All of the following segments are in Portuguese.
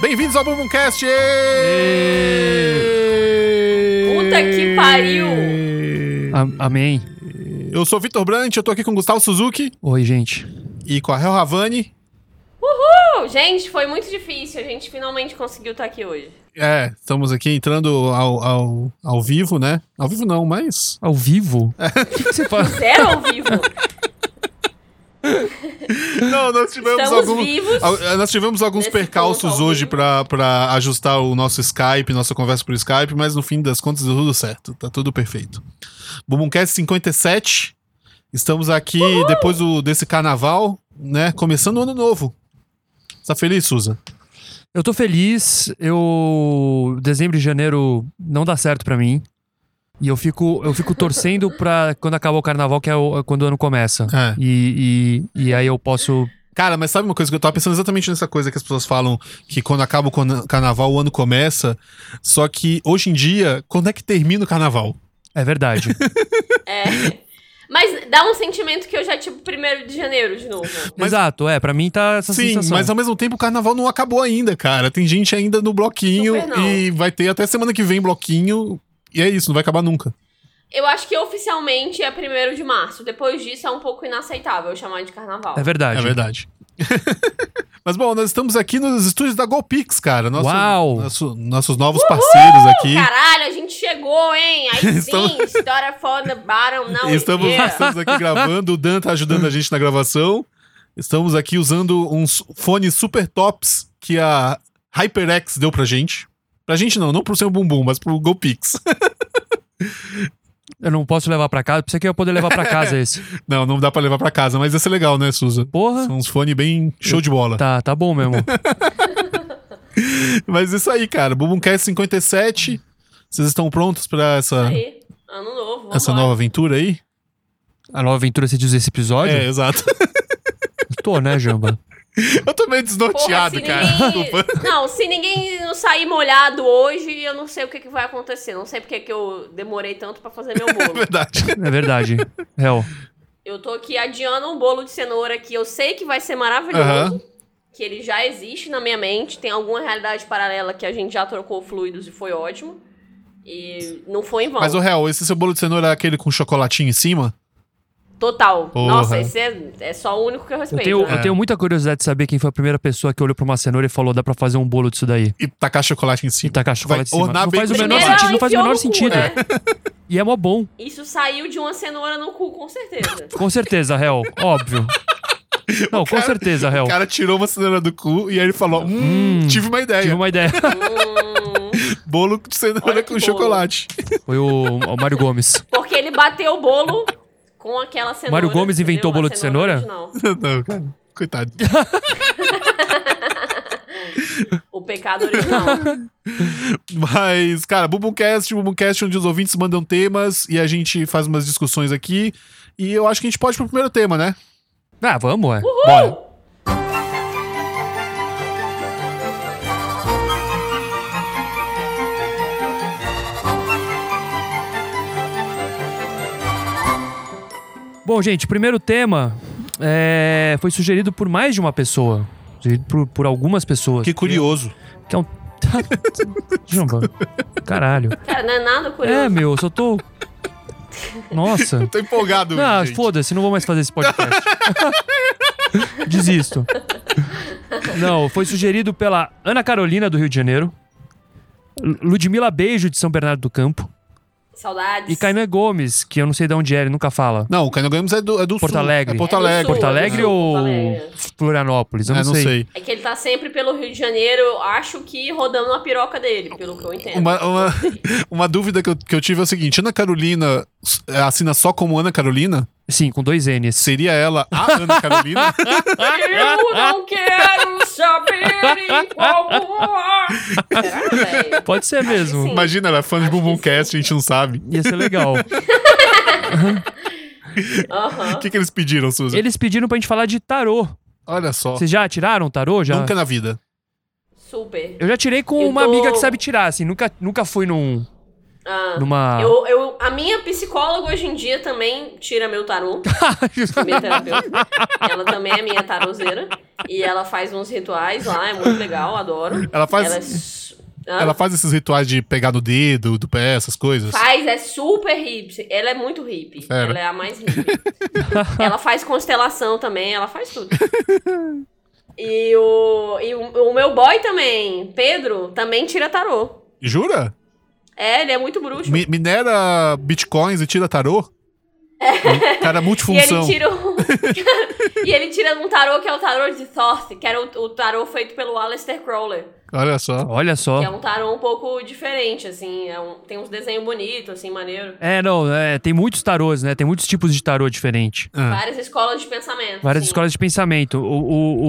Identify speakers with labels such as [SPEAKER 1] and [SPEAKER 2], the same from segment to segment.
[SPEAKER 1] Bem-vindos ao Bumbumcast!
[SPEAKER 2] Puta que pariu!
[SPEAKER 3] Am- amém.
[SPEAKER 1] Eu sou Vitor Brandt, eu tô aqui com o Gustavo Suzuki
[SPEAKER 3] Oi, gente.
[SPEAKER 1] e com a Hel Ravani.
[SPEAKER 2] Pô, gente, foi muito difícil. A gente finalmente conseguiu estar aqui hoje.
[SPEAKER 1] É, estamos aqui entrando ao, ao, ao vivo, né? Ao vivo não, mas.
[SPEAKER 3] Ao vivo? O que, que você fala?
[SPEAKER 2] Zero ao vivo.
[SPEAKER 1] Não, nós tivemos
[SPEAKER 2] Estamos
[SPEAKER 1] algum-
[SPEAKER 2] vivos.
[SPEAKER 1] Al- eh, Nós tivemos alguns
[SPEAKER 2] Nesse ponto,
[SPEAKER 1] percalços
[SPEAKER 2] ao
[SPEAKER 1] hoje
[SPEAKER 2] vivo.
[SPEAKER 1] pra, pra ajustar o nosso Skype, nossa conversa por Skype, mas no fim das contas deu tudo certo, tá tudo perfeito. Bumbumcast 57, estamos aqui depois do, desse carnaval, né? Começando o ano novo. Tá feliz, Suza?
[SPEAKER 3] Eu tô feliz. Eu. Dezembro e janeiro não dá certo pra mim. E eu fico, eu fico torcendo pra quando acabar o carnaval, que é, o- é quando o ano começa.
[SPEAKER 1] É.
[SPEAKER 3] E, e, e aí eu posso.
[SPEAKER 1] Cara, mas sabe uma coisa que eu tava pensando exatamente nessa coisa que as pessoas falam que quando acaba o cona- carnaval o ano começa, só que hoje em dia, quando é que termina o carnaval?
[SPEAKER 3] É verdade.
[SPEAKER 2] É. Mas dá um sentimento que eu já, tipo, primeiro de janeiro de novo.
[SPEAKER 1] Mas-
[SPEAKER 3] Exato, é. Pra mim tá essa
[SPEAKER 1] Sim,
[SPEAKER 3] sensação.
[SPEAKER 1] mas ao mesmo tempo o carnaval não acabou ainda, cara. Tem gente ainda no bloquinho
[SPEAKER 2] Super não.
[SPEAKER 1] e vai ter até semana que vem bloquinho. E é isso, não vai acabar nunca.
[SPEAKER 2] Eu acho que oficialmente é primeiro de março. Depois disso é um pouco inaceitável chamar de carnaval.
[SPEAKER 3] É verdade.
[SPEAKER 1] É verdade. Mas bom, nós estamos aqui nos estúdios da Golpix, cara. Nosso,
[SPEAKER 3] Uau!
[SPEAKER 1] nosso- nossos novos parceiros aqui.
[SPEAKER 2] Caralho, a gente chegou, hein? Aí sim,
[SPEAKER 1] Estamos-
[SPEAKER 2] história from the bottom, não
[SPEAKER 1] Estamos,
[SPEAKER 2] yeah.
[SPEAKER 1] estamos aqui gravando, o Dan tá ajudando a gente na gravação. Estamos aqui usando uns fones super tops que a HyperX deu pra gente. Pra gente não, não pro seu bumbum, mas pro GoPix.
[SPEAKER 3] Eu não posso levar pra casa. Pensei que eu ia poder levar pra casa esse.
[SPEAKER 1] Não, não dá pra levar pra casa, mas ia ser legal, né, Suza?
[SPEAKER 3] Porra.
[SPEAKER 1] São uns fones bem show de bola.
[SPEAKER 3] Tá, tá bom mesmo.
[SPEAKER 1] Mas isso aí, cara. Bumbumcast 57. Vocês estão prontos pra essa,
[SPEAKER 2] Aí, ano novo.
[SPEAKER 1] essa
[SPEAKER 2] vambora.
[SPEAKER 1] nova aventura aí?
[SPEAKER 3] A nova aventura se diz esse episódio?
[SPEAKER 1] É, exato.
[SPEAKER 3] Tô, né, Jamba?
[SPEAKER 1] Eu tô meio desnorteado,
[SPEAKER 2] se
[SPEAKER 1] cara.
[SPEAKER 2] Ninguém...
[SPEAKER 1] Desculpa. é
[SPEAKER 2] Não, se ninguém não sair molhado hoje, eu não sei o que, que vai acontecer. Não sei porque que eu demorei tanto pra fazer meu
[SPEAKER 1] É
[SPEAKER 2] bolo.
[SPEAKER 1] verdade.
[SPEAKER 3] É verdade. Real.
[SPEAKER 2] eu tô aqui adiando um bolo de cenoura que eu sei que vai ser maravilhoso.
[SPEAKER 1] Aham.
[SPEAKER 2] Que ele já existe na minha mente. Tem alguma realidade paralela que a gente já trocou fluidos e foi ótimo. E não foi em vão.
[SPEAKER 1] Mas, o real, esse seu bolo de cenoura é aquele com chocolatinho em cima?
[SPEAKER 2] Total.
[SPEAKER 1] Porra.
[SPEAKER 2] Nossa, esse é, é só o único que eu
[SPEAKER 3] Eu
[SPEAKER 2] respeito.
[SPEAKER 3] tenho,
[SPEAKER 2] né?
[SPEAKER 3] eu tenho muita curiosidade de saber quem foi a primeira pessoa que olhou pra uma cenoura e falou: dá pra fazer um bolo disso daí.
[SPEAKER 1] E tacar chocolate em
[SPEAKER 3] E
[SPEAKER 1] cima.
[SPEAKER 3] tacar chocolate em cima.
[SPEAKER 1] ornar
[SPEAKER 3] Não
[SPEAKER 1] bem
[SPEAKER 3] faz o
[SPEAKER 1] com
[SPEAKER 3] menor
[SPEAKER 1] chocolate.
[SPEAKER 2] ela
[SPEAKER 3] sentido, não faz o
[SPEAKER 2] enfiou
[SPEAKER 3] menor
[SPEAKER 2] no cu,
[SPEAKER 3] sentido.
[SPEAKER 2] né?
[SPEAKER 3] E é mó bom.
[SPEAKER 2] Isso saiu de uma cenoura no cu, com certeza.
[SPEAKER 3] Com certeza, Hel. Óbvio. Não, com
[SPEAKER 1] cara-
[SPEAKER 3] certeza, Hel.
[SPEAKER 1] O cara tirou uma cenoura do cu e aí ele falou: Hum,
[SPEAKER 3] Hum.
[SPEAKER 1] tive uma ideia.
[SPEAKER 3] Tive uma ideia.
[SPEAKER 2] Hum.
[SPEAKER 1] Bolo de
[SPEAKER 2] Olha
[SPEAKER 1] cenoura
[SPEAKER 2] que
[SPEAKER 1] com
[SPEAKER 2] bolo.
[SPEAKER 1] chocolate.
[SPEAKER 3] Foi o, o Mário Gomes.
[SPEAKER 2] Porque ele bateu o bolo com aquela cenoura.
[SPEAKER 3] Mário Gomes
[SPEAKER 2] entendeu?
[SPEAKER 3] inventou
[SPEAKER 2] A
[SPEAKER 3] bolo de
[SPEAKER 2] original.
[SPEAKER 1] Não, cara. Coitado.
[SPEAKER 2] O pecado original.
[SPEAKER 1] Mas, cara, Bumbumcast, Bumbumcast, onde os ouvintes mandam temas e a gente faz umas discussões aqui. E eu acho que a gente pode ir pro primeiro tema, né?
[SPEAKER 3] Ah, vamos, ué.
[SPEAKER 1] Bora.
[SPEAKER 3] Bom, gente, primeiro tema é, foi sugerido por mais de uma pessoa. Sugerido por, por algumas pessoas.
[SPEAKER 1] Que curioso.
[SPEAKER 3] Que é um. Jamba. Caralho.
[SPEAKER 2] Cara, não é nada
[SPEAKER 3] É,
[SPEAKER 2] curioso.
[SPEAKER 3] meu, eu só tô. Nossa.
[SPEAKER 1] Tô empolgado.
[SPEAKER 3] Ah,
[SPEAKER 1] gente.
[SPEAKER 3] foda-se, não vou mais fazer esse podcast. Desisto. Não, foi sugerido pela Ana Carolina do Rio de Janeiro, Lu- Ludmila Beijo de São Bernardo do Campo
[SPEAKER 2] Saudades.
[SPEAKER 3] É. e Kainan Gomes, que eu não sei de onde é, ele nunca fala.
[SPEAKER 1] Não, o Kainan Games é do, é do
[SPEAKER 3] Porto
[SPEAKER 1] Sul.
[SPEAKER 3] Alegre.
[SPEAKER 1] É Porto
[SPEAKER 2] É do
[SPEAKER 1] Alegre.
[SPEAKER 2] Sul.
[SPEAKER 3] Porto Alegre
[SPEAKER 2] Porto
[SPEAKER 3] ou
[SPEAKER 2] Alegre.
[SPEAKER 3] Florianópolis? Eu
[SPEAKER 1] É,
[SPEAKER 3] Ah, não, sei.
[SPEAKER 2] É que ele tá sempre pelo Rio de Janeiro, eu acho que rodando na piroca dele, pelo que eu entendo.
[SPEAKER 1] Uma,
[SPEAKER 3] É.
[SPEAKER 1] uma, uma dúvida que eu, que eu tive é o seguinte: Ana Carolina s- é, assina só como Ana Carolina?
[SPEAKER 3] Sim, com dois N's.
[SPEAKER 1] Seria ela a Ana Carolina?
[SPEAKER 2] Eu não quero saber em qual rua. Será, velho?
[SPEAKER 3] Pode ser mesmo.
[SPEAKER 2] sim.
[SPEAKER 1] Imagina, ela é fã de
[SPEAKER 2] Acho que
[SPEAKER 1] Bumbumcast, a gente não sabe.
[SPEAKER 3] Ia ser legal.
[SPEAKER 2] Aham.
[SPEAKER 1] O que, que eles pediram, Suzy?
[SPEAKER 3] Eles pediram pra gente falar de tarô.
[SPEAKER 1] Olha só.
[SPEAKER 3] Vocês já tiraram tarô? Já?
[SPEAKER 1] Nunca na vida.
[SPEAKER 2] Super.
[SPEAKER 3] Eu já tirei com
[SPEAKER 2] Eu
[SPEAKER 3] uma
[SPEAKER 2] tô-
[SPEAKER 3] amiga que sabe tirar, assim. Nunca, nunca fui num.
[SPEAKER 2] Ah,
[SPEAKER 3] numa.
[SPEAKER 2] Eu, eu A minha psicóloga hoje em dia também tira meu tarô.
[SPEAKER 1] Ah,
[SPEAKER 2] minha terapeuta. Ela também é minha tarozeira. E ela faz uns rituais lá, é muito legal, adoro.
[SPEAKER 1] Ela faz,
[SPEAKER 2] Ela é su- Hã?
[SPEAKER 1] ela faz esses rituais de pegar no dedo, do pé, essas coisas.
[SPEAKER 2] Faz, é super hippie. Ela é muito hippie.
[SPEAKER 1] Fera.
[SPEAKER 2] Ela é a mais hippie. ela faz constelação também, ela faz tudo. E o, e o, o meu boy também, Pedro, também tira tarô.
[SPEAKER 1] Jura?
[SPEAKER 2] É, ele é muito bruxo.
[SPEAKER 1] Mi- minera bitcoins e tira tarô? Cara,
[SPEAKER 2] É.
[SPEAKER 1] é
[SPEAKER 2] E ele,
[SPEAKER 1] multifunção.
[SPEAKER 2] tira um... e ele tira um tarô que é o tarô de Thoth, que era o, o tarô feito pelo Aleister Crowley.
[SPEAKER 1] Olha só.
[SPEAKER 3] Olha só.
[SPEAKER 2] Que é um tarô um pouco diferente, assim. é um- Tem uns desenhos bonitos, assim, maneiro.
[SPEAKER 3] É, não, é, tem muitos tarôs, né? Tem muitos tipos de tarô diferente.
[SPEAKER 1] Ah.
[SPEAKER 2] Várias escolas de pensamento.
[SPEAKER 3] Várias
[SPEAKER 2] assim.
[SPEAKER 3] escolas de pensamento. O, o,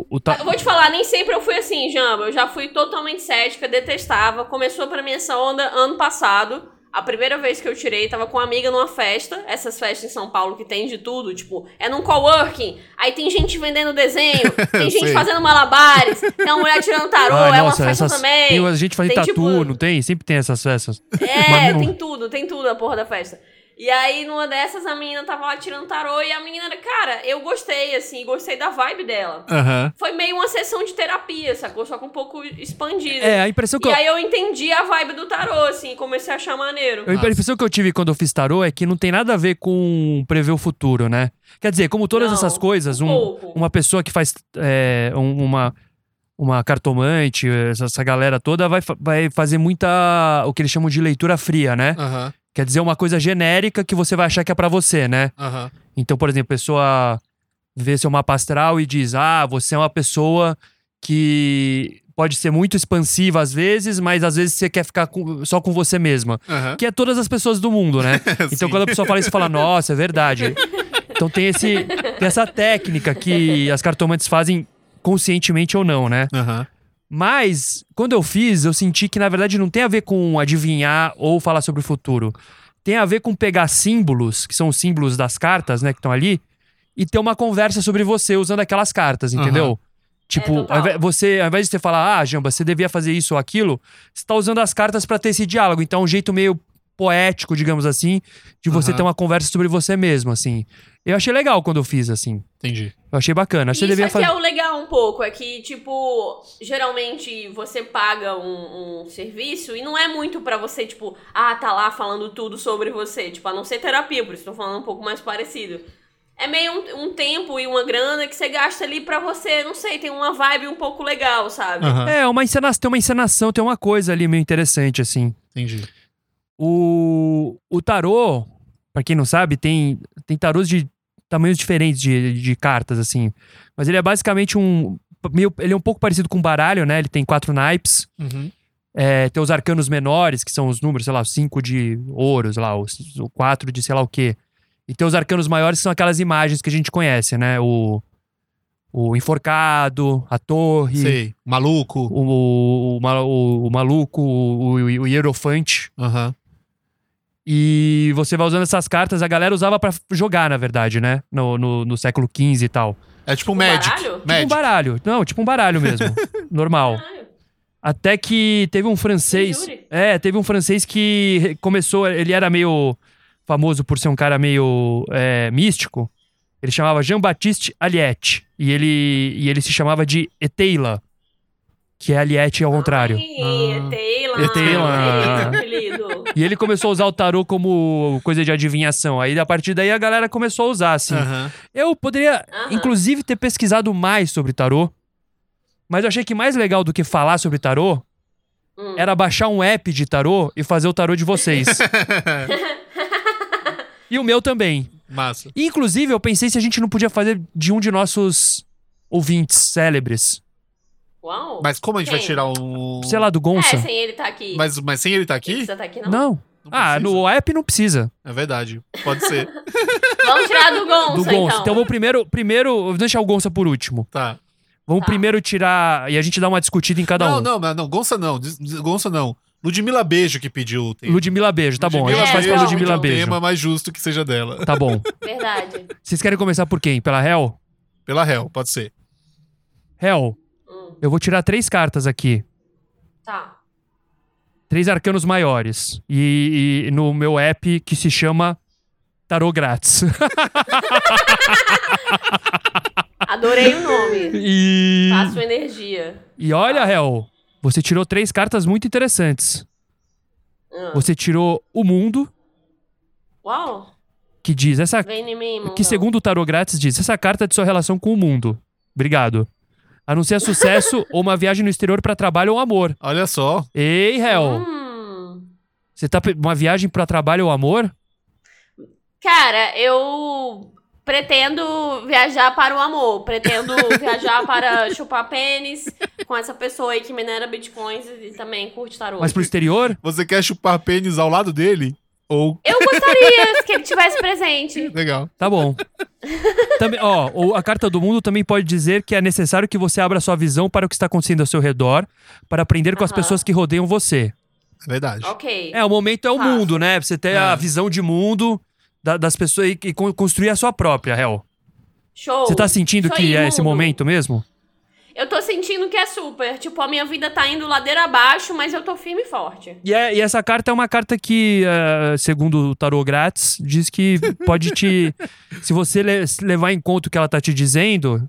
[SPEAKER 3] o, o ta-
[SPEAKER 2] Eu vou te falar, nem sempre eu fui assim, Jamba. Eu já fui totalmente cética, detestava. Começou pra mim essa onda ano passado. A primeira vez que eu tirei, tava com uma amiga numa festa. Essas festas em São Paulo que tem de tudo. Tipo, é num coworking. Aí tem gente vendendo desenho. Tem gente
[SPEAKER 1] Sei.
[SPEAKER 2] fazendo malabares. Tem uma mulher tirando tarô.
[SPEAKER 3] Ai,
[SPEAKER 2] é
[SPEAKER 3] nossa,
[SPEAKER 2] uma festa
[SPEAKER 3] essas,
[SPEAKER 2] também.
[SPEAKER 3] tem a gente fazendo
[SPEAKER 2] Tem,
[SPEAKER 3] tatu,
[SPEAKER 2] tipo,
[SPEAKER 3] não tem? Sempre tem essas festas.
[SPEAKER 2] É,
[SPEAKER 3] Mas não-
[SPEAKER 2] tem tudo, tem tudo a porra da festa. E aí, numa dessas, a menina tava lá tirando tarô e a menina, era- cara, eu gostei, assim, gostei da vibe dela.
[SPEAKER 1] Aham.
[SPEAKER 2] Foi meio uma sessão de terapia, sacou? Só que um pouco expandida.
[SPEAKER 3] É, a impressão que
[SPEAKER 2] E
[SPEAKER 3] eu,
[SPEAKER 2] aí eu entendi a vibe do tarô, assim, e comecei a achar maneiro.
[SPEAKER 3] eu- a impressão que eu tive quando eu fiz tarô é que não tem nada a ver com prever o futuro, né? Quer dizer, como todas
[SPEAKER 2] Não,
[SPEAKER 3] essas coisas, um-
[SPEAKER 2] pouco.
[SPEAKER 3] uma pessoa que faz é, um- uma uma cartomante, essa, essa galera toda vai, fa- vai fazer muita o que eles chamam de leitura fria, né?
[SPEAKER 2] Ah.
[SPEAKER 1] Aham.
[SPEAKER 3] Quer dizer, uma coisa genérica que você vai achar que é pra você, né?
[SPEAKER 1] Aham.
[SPEAKER 3] Então, por exemplo, a pessoa vê seu mapa astral e diz: Ah, você é uma pessoa que pode ser muito expansiva às vezes, mas às vezes você quer ficar com- só com você mesma.
[SPEAKER 1] Aham.
[SPEAKER 3] Que é todas as pessoas do mundo, né? Então,
[SPEAKER 1] Sim.
[SPEAKER 3] quando a pessoa fala isso, fala: Nossa, é verdade. Então, tem, esse, tem essa técnica que as cartomantes fazem conscientemente ou não, né?
[SPEAKER 1] Aham.
[SPEAKER 3] Mas, quando eu fiz, eu senti que, na verdade, não tem a ver com adivinhar ou falar sobre o futuro. Tem a ver com pegar símbolos, que são os símbolos das cartas, né, que estão ali, e ter uma conversa sobre você usando aquelas cartas, entendeu? Tipo,
[SPEAKER 2] É, total.
[SPEAKER 3] ao invés- você, ao invés de você falar, ah, Jamba, você devia fazer isso ou aquilo, você tá usando as cartas pra ter esse diálogo. Então, é um jeito meio poético, digamos assim, de você
[SPEAKER 1] Aham.
[SPEAKER 3] ter uma conversa sobre você mesmo, assim. Eu achei legal quando eu fiz, assim.
[SPEAKER 1] Entendi.
[SPEAKER 3] Eu achei bacana. Acho que
[SPEAKER 2] Isso
[SPEAKER 3] você devia
[SPEAKER 2] aqui
[SPEAKER 3] fazer.
[SPEAKER 2] é o legal um pouco, é que, tipo, geralmente você paga um, um serviço e não é muito pra você, tipo, ah, tá lá falando tudo sobre você. Tipo, a não ser terapia, por isso tô falando um pouco mais parecido. É meio um, um tempo e uma grana que você gasta ali pra você, não sei, tem uma vibe um pouco legal, sabe?
[SPEAKER 1] Aham.
[SPEAKER 3] É, uma encenação, tem uma encenação, tem uma coisa ali meio interessante, assim.
[SPEAKER 1] Entendi.
[SPEAKER 3] O, o tarô, pra quem não sabe, tem, tem tarôs de tamanhos diferentes de, de cartas, assim. Mas ele é basicamente um. meio- ele é um pouco parecido com um baralho, né? Ele tem quatro naipes.
[SPEAKER 1] Uhum.
[SPEAKER 3] É, tem os arcanos menores, que são os números, sei lá, cinco de ouro, sei lá, os- o quatro de sei lá o quê. E tem os arcanos maiores, que são aquelas imagens que a gente conhece, né? O, o enforcado, a torre
[SPEAKER 1] Sei. Maluco.
[SPEAKER 3] o, o, ma- o- o maluco, o, o, o hierofante.
[SPEAKER 1] Aham.
[SPEAKER 3] E você vai usando essas cartas, a galera usava pra jogar, na verdade, né? No, no, no século XV e tal.
[SPEAKER 1] É tipo um
[SPEAKER 2] Um
[SPEAKER 1] Magic.
[SPEAKER 2] baralho? Tipo
[SPEAKER 3] Tipo um
[SPEAKER 1] Magic.
[SPEAKER 3] baralho. Não, tipo um baralho mesmo. normal.
[SPEAKER 2] Caralho.
[SPEAKER 3] Até que teve um francês.
[SPEAKER 2] Jure?
[SPEAKER 3] É, teve um francês que re- começou. Ele era meio famoso por ser um cara meio é, místico. Ele chamava Jean-Baptiste Aliette. E ele, e ele se chamava de Eteila, que é Aliette ao contrário.
[SPEAKER 2] Ai, é Taylor. é
[SPEAKER 3] Ah. Taylor.
[SPEAKER 2] querido.
[SPEAKER 3] E ele começou a usar o tarô como coisa de adivinhação. Aí, a partir daí, a galera começou a usar, assim.
[SPEAKER 1] Aham.
[SPEAKER 3] Eu poderia,
[SPEAKER 2] Aham.
[SPEAKER 3] inclusive, ter pesquisado mais sobre tarô. Mas eu achei que mais legal do que falar sobre tarô
[SPEAKER 2] Hum.
[SPEAKER 3] era baixar um app de tarô e fazer o tarô de vocês. e o meu também.
[SPEAKER 1] Massa.
[SPEAKER 3] E, Inclusive, eu pensei se a gente não podia fazer de um de nossos ouvintes célebres.
[SPEAKER 2] Uau.
[SPEAKER 1] Mas como a gente vai
[SPEAKER 2] Quem?
[SPEAKER 1] tirar um.
[SPEAKER 3] Sei lá, do Gonça.
[SPEAKER 2] É, sem ele tá aqui.
[SPEAKER 1] Mas, mas sem ele tá
[SPEAKER 2] Ele
[SPEAKER 1] aqui?
[SPEAKER 2] precisa tá aqui, não?
[SPEAKER 3] não. Ah,
[SPEAKER 1] precisa.
[SPEAKER 3] no app não precisa.
[SPEAKER 1] É verdade. Pode ser.
[SPEAKER 2] Vamos tirar do Gonça,
[SPEAKER 3] Do Gonça. Então,
[SPEAKER 2] então.
[SPEAKER 3] vamos primeiro, primeiro, vou deixar o Gonça por último.
[SPEAKER 1] Tá.
[SPEAKER 3] Vamos
[SPEAKER 2] Tá.
[SPEAKER 3] primeiro tirar e a gente dá uma discutida em cada
[SPEAKER 1] não,
[SPEAKER 3] um.
[SPEAKER 1] não, mas não. Gonça não. Diz- diz- Gonça não. Ludmila Beijo que pediu o tema.
[SPEAKER 3] Ludmila Beijo, tá bom. A
[SPEAKER 1] Ludmilla
[SPEAKER 3] gente faz pra
[SPEAKER 2] Beijo,
[SPEAKER 3] Ludmila
[SPEAKER 1] pediu um
[SPEAKER 3] Beijo.
[SPEAKER 1] tema mais justo que seja dela.
[SPEAKER 3] Tá bom.
[SPEAKER 2] Verdade.
[SPEAKER 3] Vocês querem começar por quem? Pela Hel?
[SPEAKER 1] Pela réu, pode ser.
[SPEAKER 3] Hel,
[SPEAKER 2] Hum,
[SPEAKER 3] eu vou tirar três cartas aqui.
[SPEAKER 2] tá.
[SPEAKER 3] três arcanos maiores. E, e no meu app que se chama Tarô Grátis.
[SPEAKER 2] Adorei o nome.
[SPEAKER 3] E,
[SPEAKER 2] Faço energia.
[SPEAKER 3] e olha, Hel, você tirou três cartas muito interessantes.
[SPEAKER 2] Ah.
[SPEAKER 3] Você tirou o mundo,
[SPEAKER 2] Uau!
[SPEAKER 3] que diz essa
[SPEAKER 2] Vem em mim, mundão.
[SPEAKER 3] Que segundo o Tarô Grátis diz, essa carta é de sua relação com o mundo. Obrigado. Anuncia sucesso ou uma viagem no exterior pra trabalho ou amor.
[SPEAKER 1] Olha só.
[SPEAKER 3] Ei, Hel.
[SPEAKER 2] Hum.
[SPEAKER 3] Você tá pe- uma viagem pra trabalho ou amor?
[SPEAKER 2] Cara, eu pretendo viajar para o amor. Pretendo viajar para chupar pênis com essa pessoa aí que minera bitcoins e também curte tarô.
[SPEAKER 3] Mas pro exterior?
[SPEAKER 1] Você quer chupar pênis ao lado dele? Ou.
[SPEAKER 2] Eu gostaria que ele tivesse presente.
[SPEAKER 1] Legal.
[SPEAKER 3] Tá bom. Também, ó, ou a carta do mundo também pode dizer que é necessário que você abra sua visão para o que está acontecendo ao seu redor, para aprender com as
[SPEAKER 2] Aham.
[SPEAKER 3] pessoas que rodeiam você.
[SPEAKER 1] É verdade.
[SPEAKER 2] Ok.
[SPEAKER 3] É, o momento é o
[SPEAKER 2] Tá.
[SPEAKER 3] mundo, né? Pra Você ter a
[SPEAKER 1] É.
[SPEAKER 3] visão de mundo da- das pessoas e, e con- construir a sua própria, Hel.
[SPEAKER 2] Show.
[SPEAKER 3] Você tá sentindo
[SPEAKER 2] Isso
[SPEAKER 3] que
[SPEAKER 2] aí,
[SPEAKER 3] é esse
[SPEAKER 2] mundo.
[SPEAKER 3] momento mesmo?
[SPEAKER 2] Eu tô sentindo que é super. Tipo, a minha vida tá indo ladeira abaixo, mas eu tô firme e forte.
[SPEAKER 3] E, é- e essa carta é uma carta que, eh, segundo o Tarô Grátis, diz que pode te. se você le- se levar em conta o que ela tá te dizendo,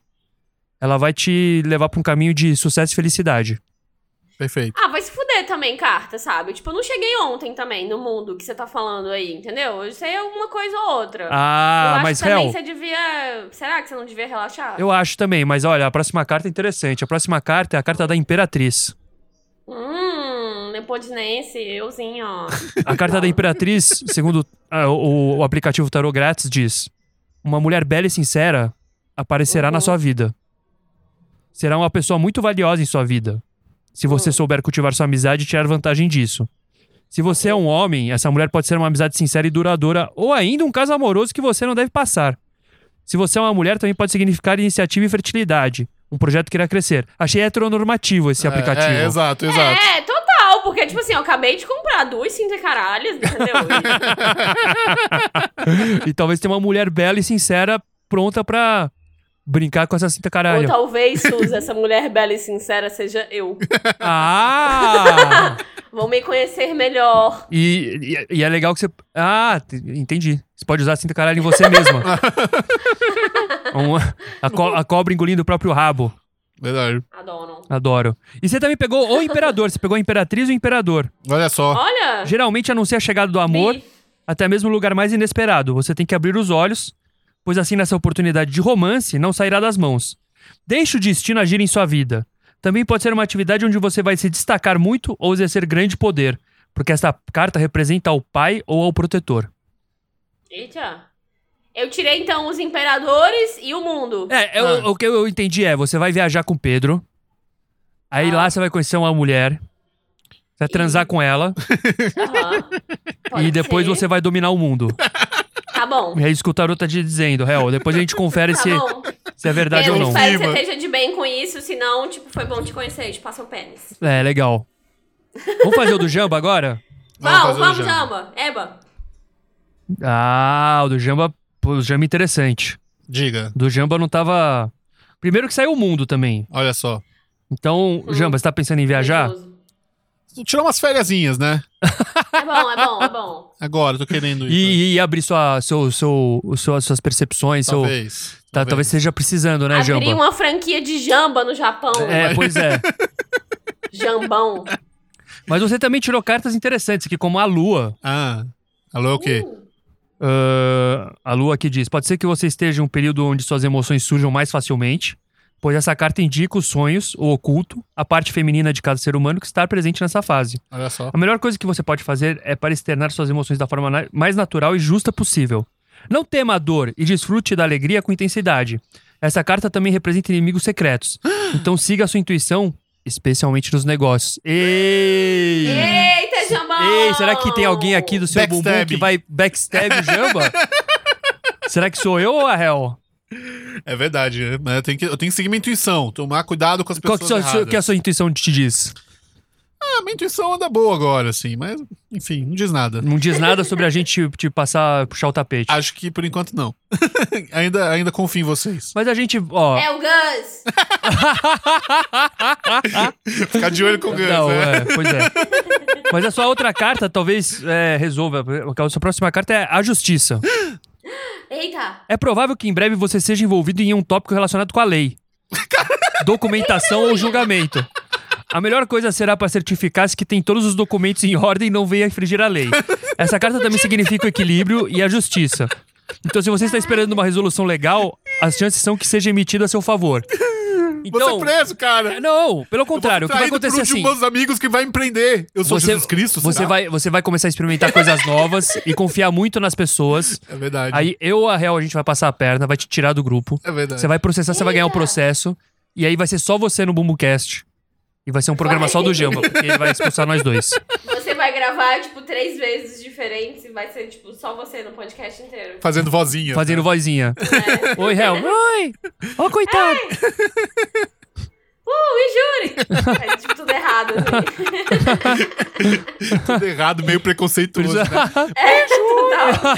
[SPEAKER 3] ela vai te levar pra um caminho de sucesso e felicidade.
[SPEAKER 1] Perfeito.
[SPEAKER 2] Ah, vai se fuder também, carta, sabe? Tipo, eu não cheguei ontem também no mundo que você tá falando aí, entendeu? Eu sei alguma coisa ou outra. eu
[SPEAKER 3] Ah,
[SPEAKER 2] acho
[SPEAKER 3] mas
[SPEAKER 2] que também
[SPEAKER 3] Hel,
[SPEAKER 2] você devia. Será que você não devia relaxar?
[SPEAKER 3] eu acho também, mas olha, a próxima carta é interessante. A próxima carta é a carta da Imperatriz.
[SPEAKER 2] Hum, Nepodinense, euzinho, ó.
[SPEAKER 3] A carta da Imperatriz, segundo ah, o, o aplicativo Tarô Grátis, diz: Uma mulher bela e sincera aparecerá na
[SPEAKER 2] Uhum.
[SPEAKER 3] sua vida. Será uma pessoa muito valiosa em sua vida. Se
[SPEAKER 2] Hum.
[SPEAKER 3] você
[SPEAKER 1] Uhum.
[SPEAKER 3] souber cultivar sua amizade e tirar vantagem disso. Se você é um homem, essa mulher pode ser uma amizade sincera e duradoura, ou ainda um caso amoroso que você não deve passar. Se você é uma mulher, também pode significar iniciativa e fertilidade. Um projeto que irá crescer. Achei heteronormativo esse
[SPEAKER 1] É,
[SPEAKER 3] aplicativo.
[SPEAKER 1] É, exato, exato.
[SPEAKER 2] É, total, porque, tipo assim, eu acabei de comprar duas cinta caralhas, entendeu?
[SPEAKER 3] E talvez tenha uma mulher bela e sincera pronta pra brincar com essa cinta
[SPEAKER 2] Ou
[SPEAKER 3] caralho.
[SPEAKER 2] talvez, Suzy, essa mulher bela e sincera seja eu.
[SPEAKER 3] Ah!
[SPEAKER 2] Vão me conhecer melhor.
[SPEAKER 3] E, e- e é legal que você. Ah, te- entendi. Você pode usar a cinta caralho em você mesma. Um- a, co- a cobra engolindo o próprio rabo.
[SPEAKER 1] Verdade.
[SPEAKER 2] Adoro.
[SPEAKER 3] Adoro. E você também pegou o imperador. Você pegou a imperatriz ou o imperador.
[SPEAKER 1] Olha só.
[SPEAKER 2] Olha!
[SPEAKER 3] Geralmente anuncia a chegada do amor,
[SPEAKER 2] Bi,
[SPEAKER 3] até mesmo o lugar mais inesperado. Você tem que abrir os olhos, pois assim nessa oportunidade de romance não sairá das mãos. Deixe o destino agir em sua vida. Também pode ser uma atividade onde você vai se destacar muito ou exercer grande poder, porque esta carta representa ao pai ou ao protetor.
[SPEAKER 2] Eita. Eu tirei então os imperadores e o mundo.
[SPEAKER 3] É, eu-
[SPEAKER 1] Ah.
[SPEAKER 3] o que eu entendi é, você vai viajar com o Pedro, aí
[SPEAKER 2] Ah.
[SPEAKER 3] lá você vai conhecer uma mulher, você vai transar
[SPEAKER 2] E-
[SPEAKER 3] com ela,
[SPEAKER 2] Aham. Pode
[SPEAKER 3] e depois
[SPEAKER 2] ser.
[SPEAKER 3] você vai dominar o mundo.
[SPEAKER 2] Tá bom.
[SPEAKER 3] É isso que o Tarot tá te dizendo, Hel. Depois a gente confere
[SPEAKER 2] Tá
[SPEAKER 3] se,
[SPEAKER 2] bom.
[SPEAKER 3] se é verdade
[SPEAKER 2] Pedro,
[SPEAKER 3] ou não.
[SPEAKER 1] faz-
[SPEAKER 2] espero que
[SPEAKER 1] Viva.
[SPEAKER 2] você esteja de bem com isso, senão, tipo, foi bom te conhecer, te passa um pênis.
[SPEAKER 3] É, legal. Vamos fazer o do Jamba agora?
[SPEAKER 2] Vamos,
[SPEAKER 1] fazer o
[SPEAKER 2] vamos,
[SPEAKER 1] Jamba.
[SPEAKER 2] Jamba. Eba.
[SPEAKER 3] Ah, o do Jamba. pô, O Jamba é interessante.
[SPEAKER 1] Diga.
[SPEAKER 3] O do Jamba não tava. Primeiro que saiu o mundo também.
[SPEAKER 1] Olha só.
[SPEAKER 3] Então,
[SPEAKER 2] Hum.
[SPEAKER 3] Jamba, você tá pensando em viajar?
[SPEAKER 2] Gostoso.
[SPEAKER 1] Tirou umas fériasinhas, né?
[SPEAKER 2] É bom, é bom, é bom.
[SPEAKER 1] Agora, tô querendo isso. né?
[SPEAKER 3] E, e abrir sua, seu, seu, o seu- as suas percepções. Seu, tá-
[SPEAKER 1] Talvez.
[SPEAKER 3] talvez. seja precisando, né,
[SPEAKER 2] Abrir
[SPEAKER 3] Jamba?
[SPEAKER 2] uma franquia de Jamba no Japão.
[SPEAKER 3] É, pois é.
[SPEAKER 2] Jambão.
[SPEAKER 3] Mas você também tirou cartas interessantes aqui, como a Lua.
[SPEAKER 1] Ah. Alô, é o quê?
[SPEAKER 2] Hum,
[SPEAKER 3] Ah, a Lua aqui diz: pode ser que você esteja em um período onde suas emoções surjam mais facilmente, pois essa carta indica os sonhos, o oculto, a parte feminina de cada ser humano que está presente nessa fase.
[SPEAKER 1] Olha só.
[SPEAKER 3] A melhor coisa que você pode fazer é para externar suas emoções da forma na- mais natural e justa possível. Não tema a dor e desfrute da alegria com intensidade. Essa carta também representa inimigos secretos. Então siga a sua intuição, especialmente nos negócios. Ei!
[SPEAKER 2] Eita, Jambão!
[SPEAKER 3] Ei, será que tem alguém aqui do seu bumbum
[SPEAKER 1] Backstab.
[SPEAKER 3] que vai backstab o Jamba? será que sou eu ou a Hel?
[SPEAKER 1] É verdade. né? Mas Eu tenho, que, eu tenho que seguir minha intuição. Tomar cuidado com as
[SPEAKER 3] Qual
[SPEAKER 1] pessoas
[SPEAKER 3] que, sua- sua-
[SPEAKER 1] erradas.
[SPEAKER 3] que a sua intuição te diz?
[SPEAKER 1] ah, minha intuição anda boa agora, assim, mas, enfim, não diz nada.
[SPEAKER 3] Não diz nada sobre a gente te passar, puxar o tapete.
[SPEAKER 1] Acho que por enquanto não. ainda, ainda confio em vocês.
[SPEAKER 3] Mas a gente, ó.
[SPEAKER 2] É o Gus!
[SPEAKER 1] Ficar de olho com o Gus,
[SPEAKER 3] Não,
[SPEAKER 1] né?
[SPEAKER 3] é, pois é. Mas a sua outra carta talvez é, resolva. A sua próxima carta é a justiça.
[SPEAKER 2] Eita!
[SPEAKER 3] É provável que em breve você seja envolvido em um tópico relacionado com a lei, documentação ou julgamento. A melhor coisa será para certificar-se que tem todos os documentos em ordem e não venha infringir a lei. Essa carta também significa o equilíbrio e a justiça. Então, se você está esperando uma resolução legal, as chances são que seja emitida a seu favor.
[SPEAKER 1] Você é
[SPEAKER 3] Então,
[SPEAKER 1] preso, cara.
[SPEAKER 3] não, pelo contrário, o que vai
[SPEAKER 1] Traído
[SPEAKER 3] acontecer
[SPEAKER 1] por um de
[SPEAKER 3] assim?
[SPEAKER 1] meus amigos que vai empreender. Eu sou Jesus Cristo,
[SPEAKER 3] você
[SPEAKER 1] será?
[SPEAKER 3] vai, você vai começar a experimentar coisas novas e confiar muito nas pessoas.
[SPEAKER 1] É verdade.
[SPEAKER 3] Aí eu, a real, a gente vai passar a perna, vai te tirar do grupo.
[SPEAKER 1] É verdade.
[SPEAKER 3] Você vai processar, você vai ganhar o processo. E aí vai ser só você no BumbuCast. E vai ser um programa só do Jamba, porque ele vai expulsar nós dois.
[SPEAKER 2] Você vai gravar, tipo, três vezes diferentes e vai ser, tipo, só você no podcast inteiro.
[SPEAKER 1] Fazendo vozinha.
[SPEAKER 3] Fazendo
[SPEAKER 1] né?
[SPEAKER 3] vozinha.
[SPEAKER 2] É.
[SPEAKER 3] Oi, Hel. Oi! Ó, coitado!
[SPEAKER 2] Uh, me jure! É, tipo, tudo errado, assim.
[SPEAKER 1] Tudo errado, meio preconceituoso.
[SPEAKER 3] Precisa-
[SPEAKER 1] né?
[SPEAKER 2] É, total.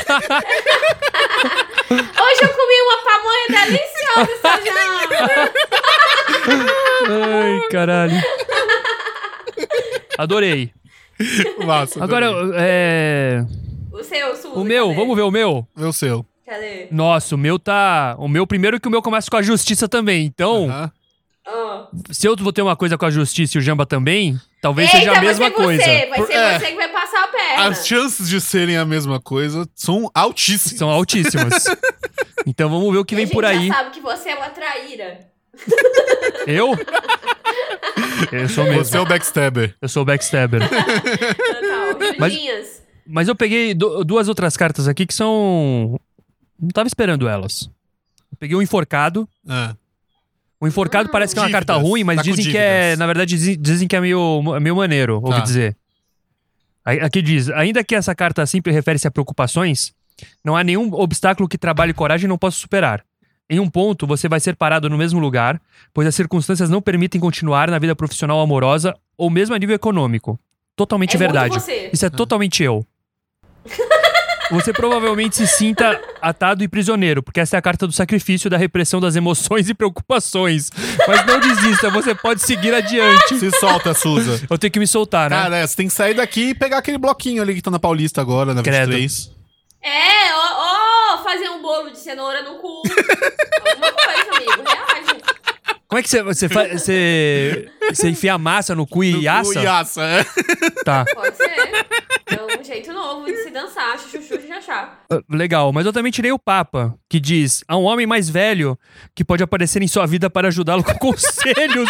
[SPEAKER 2] Hoje eu comi uma pamonha deliciosa, Sajão!
[SPEAKER 3] Ai, caralho. Adorei.
[SPEAKER 1] Massa.
[SPEAKER 3] Agora,
[SPEAKER 1] também.
[SPEAKER 3] é.
[SPEAKER 2] O seu, Suzy,
[SPEAKER 3] O meu,
[SPEAKER 2] cadê?
[SPEAKER 3] vamos ver o meu.
[SPEAKER 1] Meu seu.
[SPEAKER 2] Cadê?
[SPEAKER 3] Nossa, o meu tá. O meu, primeiro que o meu começa com a justiça também. Então,
[SPEAKER 1] Aham.
[SPEAKER 2] Ó.
[SPEAKER 3] se eu vou ter uma coisa com a justiça e o Jamba também, talvez
[SPEAKER 2] Eita,
[SPEAKER 3] seja a
[SPEAKER 2] vai
[SPEAKER 3] mesma
[SPEAKER 2] ser
[SPEAKER 3] coisa.
[SPEAKER 2] Você. Vai ser
[SPEAKER 1] É.
[SPEAKER 2] você que vai passar a perna.
[SPEAKER 1] As chances de serem a mesma coisa são altíssimas.
[SPEAKER 3] São altíssimas. então vamos ver o que vem
[SPEAKER 2] a gente
[SPEAKER 3] por aí.
[SPEAKER 2] já sabe que você é uma traíra.
[SPEAKER 3] Eu? Eu sou
[SPEAKER 1] Você
[SPEAKER 3] mesmo.
[SPEAKER 1] é o backstabber.
[SPEAKER 3] Eu sou o backstabber.
[SPEAKER 2] Total.
[SPEAKER 3] Mas-
[SPEAKER 2] Julinhas.
[SPEAKER 3] Mas eu peguei du- duas outras cartas aqui que são. Não tava esperando elas. Eu peguei o enforcado.
[SPEAKER 1] Ah,
[SPEAKER 3] O enforcado parece que é uma
[SPEAKER 1] Dívidas.
[SPEAKER 3] carta ruim, mas
[SPEAKER 1] Tá com
[SPEAKER 3] dizem que é.
[SPEAKER 1] dívidas.
[SPEAKER 3] Na verdade, dizem- dizem que é meio, é meio maneiro, ouvi
[SPEAKER 1] Tá.
[SPEAKER 3] dizer. Aí- Aqui diz: ainda que essa carta sempre refere-se a preocupações, não há nenhum obstáculo que trabalhe coragem não possa superar. Em um ponto, você vai ser parado no mesmo lugar, pois as circunstâncias não permitem continuar na vida profissional amorosa ou mesmo a nível econômico. Totalmente
[SPEAKER 2] É
[SPEAKER 3] verdade.
[SPEAKER 2] Muito você.
[SPEAKER 3] Isso é totalmente eu. Você provavelmente se sinta atado e prisioneiro, porque essa é a carta do sacrifício, da repressão das emoções e preocupações. Mas não desista, você pode seguir adiante.
[SPEAKER 1] se solta, Suza.
[SPEAKER 3] Eu tenho que me soltar, né?
[SPEAKER 1] Cara, é, você tem que sair daqui e pegar aquele bloquinho ali que tá na Paulista agora, na
[SPEAKER 3] Credo.
[SPEAKER 1] 23.
[SPEAKER 2] É, ó, ó, fazer um bolo de cenoura no cu. Alguma coisa, amigo. Reage.
[SPEAKER 3] Como é que você você fa- você você enfia massa no cu
[SPEAKER 1] Do-
[SPEAKER 3] e
[SPEAKER 1] do
[SPEAKER 3] assa?
[SPEAKER 1] Iaça, é.
[SPEAKER 3] Tá.
[SPEAKER 2] Pode ser. É um jeito novo de se dançar, chuchu de achar.
[SPEAKER 3] Ah, Legal, mas eu também tirei o Papa, que diz: há um homem mais velho que pode aparecer em sua vida para ajudá-lo com conselhos.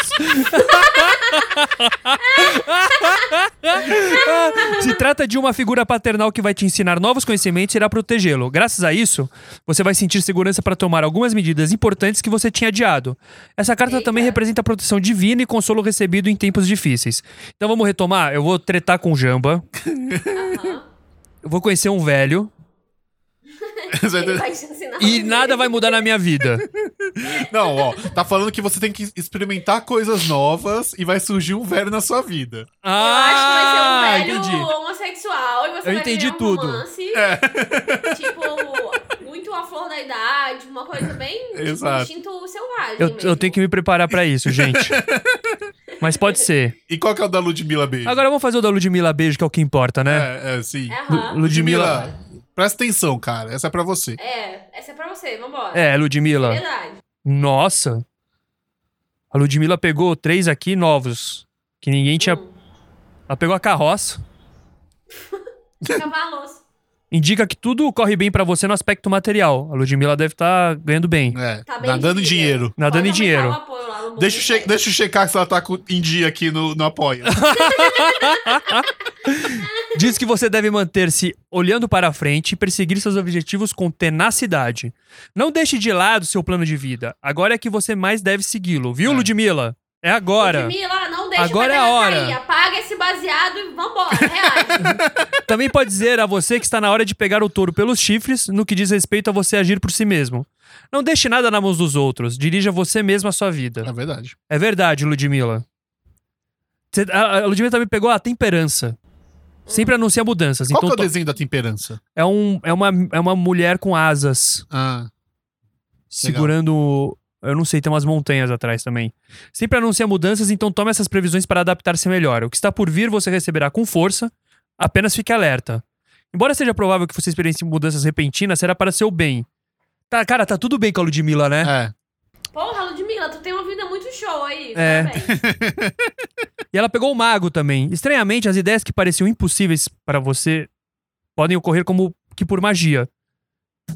[SPEAKER 3] Se trata de uma figura paternal que vai te ensinar novos conhecimentos e irá protegê-lo. Graças a isso, você vai sentir segurança para tomar algumas medidas importantes que você tinha adiado. Essa carta também
[SPEAKER 2] Eita.
[SPEAKER 3] representa proteção divina e consolo recebido em tempos difíceis. Então vamos retomar? Eu vou tretar com o Jamba.
[SPEAKER 2] Aham.
[SPEAKER 3] Eu vou conhecer um velho
[SPEAKER 2] Ele vai te ensinar.
[SPEAKER 3] e nada vai mudar na minha vida.
[SPEAKER 1] Não, ó. Tá falando que você tem que experimentar coisas novas e vai surgir um velho na sua vida.
[SPEAKER 2] Eu acho que vai ser um
[SPEAKER 3] Ah,
[SPEAKER 2] velho
[SPEAKER 3] entendi.
[SPEAKER 2] homossexual e você
[SPEAKER 3] Eu
[SPEAKER 2] vai
[SPEAKER 3] entendi
[SPEAKER 2] viver um
[SPEAKER 3] tudo. É.
[SPEAKER 2] romance. Tipo, muito a flor da idade, uma coisa bem tipo,
[SPEAKER 1] Exato.
[SPEAKER 2] instinto selvagem.
[SPEAKER 3] Eu,
[SPEAKER 2] mesmo.
[SPEAKER 3] eu tenho que me preparar pra isso, gente. Mas pode ser.
[SPEAKER 1] E qual que é o da Ludmilla B?
[SPEAKER 3] Agora vamos fazer o da Ludmilla Beijo, que é o que importa, né?
[SPEAKER 1] É, é, sim.
[SPEAKER 2] Aham.
[SPEAKER 3] Ludmilla.
[SPEAKER 1] presta atenção, cara. Essa é pra você.
[SPEAKER 2] É, essa é pra você, vambora.
[SPEAKER 3] É, Ludmilla.
[SPEAKER 2] Verdade.
[SPEAKER 3] Nossa. A Ludmilla pegou três aqui novos. Que ninguém tinha.
[SPEAKER 2] Hum.
[SPEAKER 3] Ela pegou a carroça.
[SPEAKER 2] Cavalos.
[SPEAKER 3] Indica que tudo corre bem pra você no aspecto material. A Ludmilla deve estar ganhando bem.
[SPEAKER 1] É,
[SPEAKER 2] Tá bem
[SPEAKER 1] nadando em
[SPEAKER 2] de vida.
[SPEAKER 1] dinheiro.
[SPEAKER 3] Nadando em
[SPEAKER 2] Pode aumentar
[SPEAKER 3] dinheiro.
[SPEAKER 2] o apoio lá no mundo
[SPEAKER 1] Deixa eu, che-
[SPEAKER 2] inteiro.
[SPEAKER 1] deixa eu checar se ela tá com- em dia aqui no, no apoia.
[SPEAKER 3] Diz que você deve manter-se olhando para a frente e perseguir seus objetivos com tenacidade. Não deixe de lado seu plano de vida. Agora é que você mais deve segui-lo, viu,
[SPEAKER 1] É.
[SPEAKER 3] Ludmilla? É agora.
[SPEAKER 2] Ludmilla, não deixa
[SPEAKER 3] Agora
[SPEAKER 2] pra
[SPEAKER 3] é a hora.
[SPEAKER 2] cair. Apaga esse baseado e vambora, reage.
[SPEAKER 3] Também pode dizer a você que está na hora de pegar o touro pelos chifres no que diz respeito a você agir por si mesmo. Não deixe nada na mão dos outros. Dirija você mesmo a sua vida.
[SPEAKER 1] É verdade.
[SPEAKER 3] É verdade, Ludmilla. Cê- a, a Ludmilla também pegou a temperança. Sempre anuncia mudanças.
[SPEAKER 1] Qual
[SPEAKER 3] então
[SPEAKER 1] que é o
[SPEAKER 3] to-
[SPEAKER 1] desenho da temperança?
[SPEAKER 3] é, um, é, uma, é uma mulher com asas,
[SPEAKER 1] Ah,
[SPEAKER 3] segurando. Eu não sei, tem umas montanhas atrás também. Sempre anuncia mudanças, então tome essas previsões para adaptar-se melhor. O que está por vir você receberá com força, apenas fique alerta. Embora seja provável que você experimente mudanças repentinas, será para seu bem. Tá, cara, tá tudo bem com a Ludmilla, né?
[SPEAKER 1] é.
[SPEAKER 2] Porra, Ludmilla, tu tem uma vida muito show aí.
[SPEAKER 3] É.
[SPEAKER 2] parabéns.
[SPEAKER 3] E ela pegou o mago também. Estranhamente, as ideias que pareciam impossíveis para você podem ocorrer como que por magia.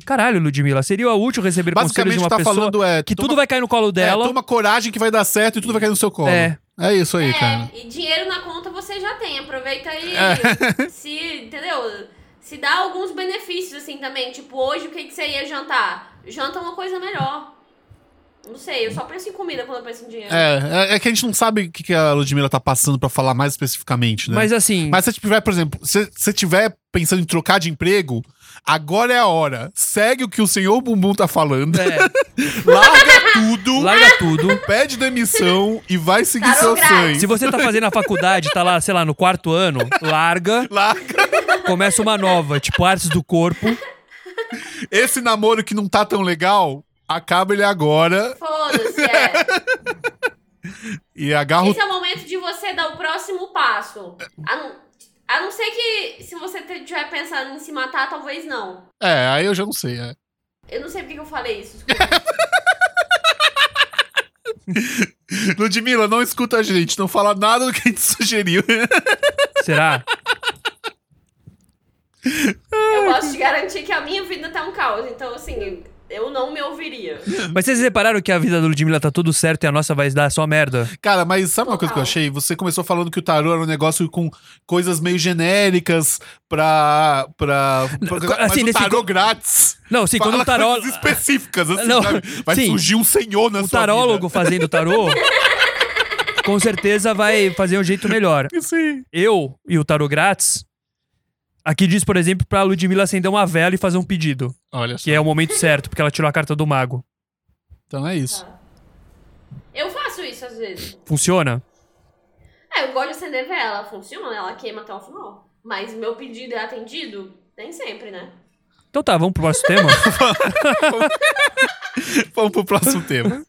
[SPEAKER 3] Caralho, Ludmilla, seria útil receber conselhos
[SPEAKER 1] Basicamente,
[SPEAKER 3] de
[SPEAKER 1] o
[SPEAKER 3] uma
[SPEAKER 1] que tá
[SPEAKER 3] pessoa
[SPEAKER 1] falando é.
[SPEAKER 3] que tudo vai cair no colo dela.
[SPEAKER 1] É, toma coragem que vai dar certo e tudo vai cair no seu colo. É,
[SPEAKER 3] É.
[SPEAKER 1] isso aí, cara.
[SPEAKER 2] É, e dinheiro na conta você já tem, aproveita aí.
[SPEAKER 3] É.
[SPEAKER 2] Se, entendeu? Se dá alguns benefícios, assim, também. Tipo, hoje o que, que você ia jantar? Janta uma coisa melhor. Não sei, eu só penso em comida quando eu penso em dinheiro.
[SPEAKER 1] É, é, é que a gente não sabe o que, que a Ludmilla tá passando pra falar mais especificamente, né?
[SPEAKER 3] Mas assim,
[SPEAKER 1] Mas se você tiver, por exemplo, se você tiver pensando em trocar de emprego, agora é a hora. Segue o que o senhor Bumbum tá falando.
[SPEAKER 3] é,
[SPEAKER 1] Larga tudo,
[SPEAKER 3] larga tudo. Ah!
[SPEAKER 1] pede demissão e vai seguir
[SPEAKER 2] Tarô
[SPEAKER 1] seu
[SPEAKER 2] grátis.
[SPEAKER 1] sonho.
[SPEAKER 3] Se você tá fazendo a faculdade, tá lá, sei lá, no quarto ano, larga,
[SPEAKER 1] Larga
[SPEAKER 3] começa uma nova, tipo artes do corpo.
[SPEAKER 1] esse namoro que não tá tão legal, acaba ele agora
[SPEAKER 2] Foda-se, é.
[SPEAKER 1] e agarra o.
[SPEAKER 2] Esse é o momento de você dar o próximo passo. A não, a não ser que se você estiver pensando em se matar, talvez não.
[SPEAKER 1] É, aí eu já não sei. É.
[SPEAKER 2] Eu não sei porque que eu falei isso. desculpa.
[SPEAKER 1] Ludmilla, não escuta a gente, não fala nada do que a gente sugeriu.
[SPEAKER 3] Será?
[SPEAKER 2] Eu posso te garantir que a minha vida tá um caos. Então, assim, eu não me ouviria.
[SPEAKER 3] Mas vocês repararam que a vida da Ludmilla tá tudo certo e a nossa vai dar só merda?
[SPEAKER 1] Cara, mas sabe uma coisa que eu
[SPEAKER 2] Total.
[SPEAKER 1] achei? Você começou falando que o tarô era um negócio com coisas meio genéricas pra. pra, pra
[SPEAKER 3] co- assim,
[SPEAKER 1] mas o
[SPEAKER 3] nesse
[SPEAKER 1] tarô
[SPEAKER 3] co-
[SPEAKER 1] grátis.
[SPEAKER 3] Não, assim, quando
[SPEAKER 1] fala
[SPEAKER 3] o taró...
[SPEAKER 1] coisas específicas, assim,
[SPEAKER 3] Não,
[SPEAKER 1] sabe? Vai
[SPEAKER 3] sim.
[SPEAKER 1] surgir um senhor na
[SPEAKER 3] o
[SPEAKER 1] sua
[SPEAKER 3] tarólogo fazendo tarô, com certeza vai fazer um jeito melhor.
[SPEAKER 1] vida. Sim.
[SPEAKER 3] Eu e o tarô grátis, aqui diz, por exemplo, pra Ludmilla acender uma vela e fazer um pedido,
[SPEAKER 1] Olha só.
[SPEAKER 3] que é o momento certo, porque ela tirou a carta do mago.
[SPEAKER 1] Então é isso.
[SPEAKER 2] Eu faço isso às vezes.
[SPEAKER 3] Funciona?
[SPEAKER 2] É, eu gosto de acender vela. Funciona, ela queima até o final. Mas meu pedido é atendido? Nem sempre, né?
[SPEAKER 3] Então tá, vamos pro próximo tema?
[SPEAKER 1] Vamos pro próximo tema.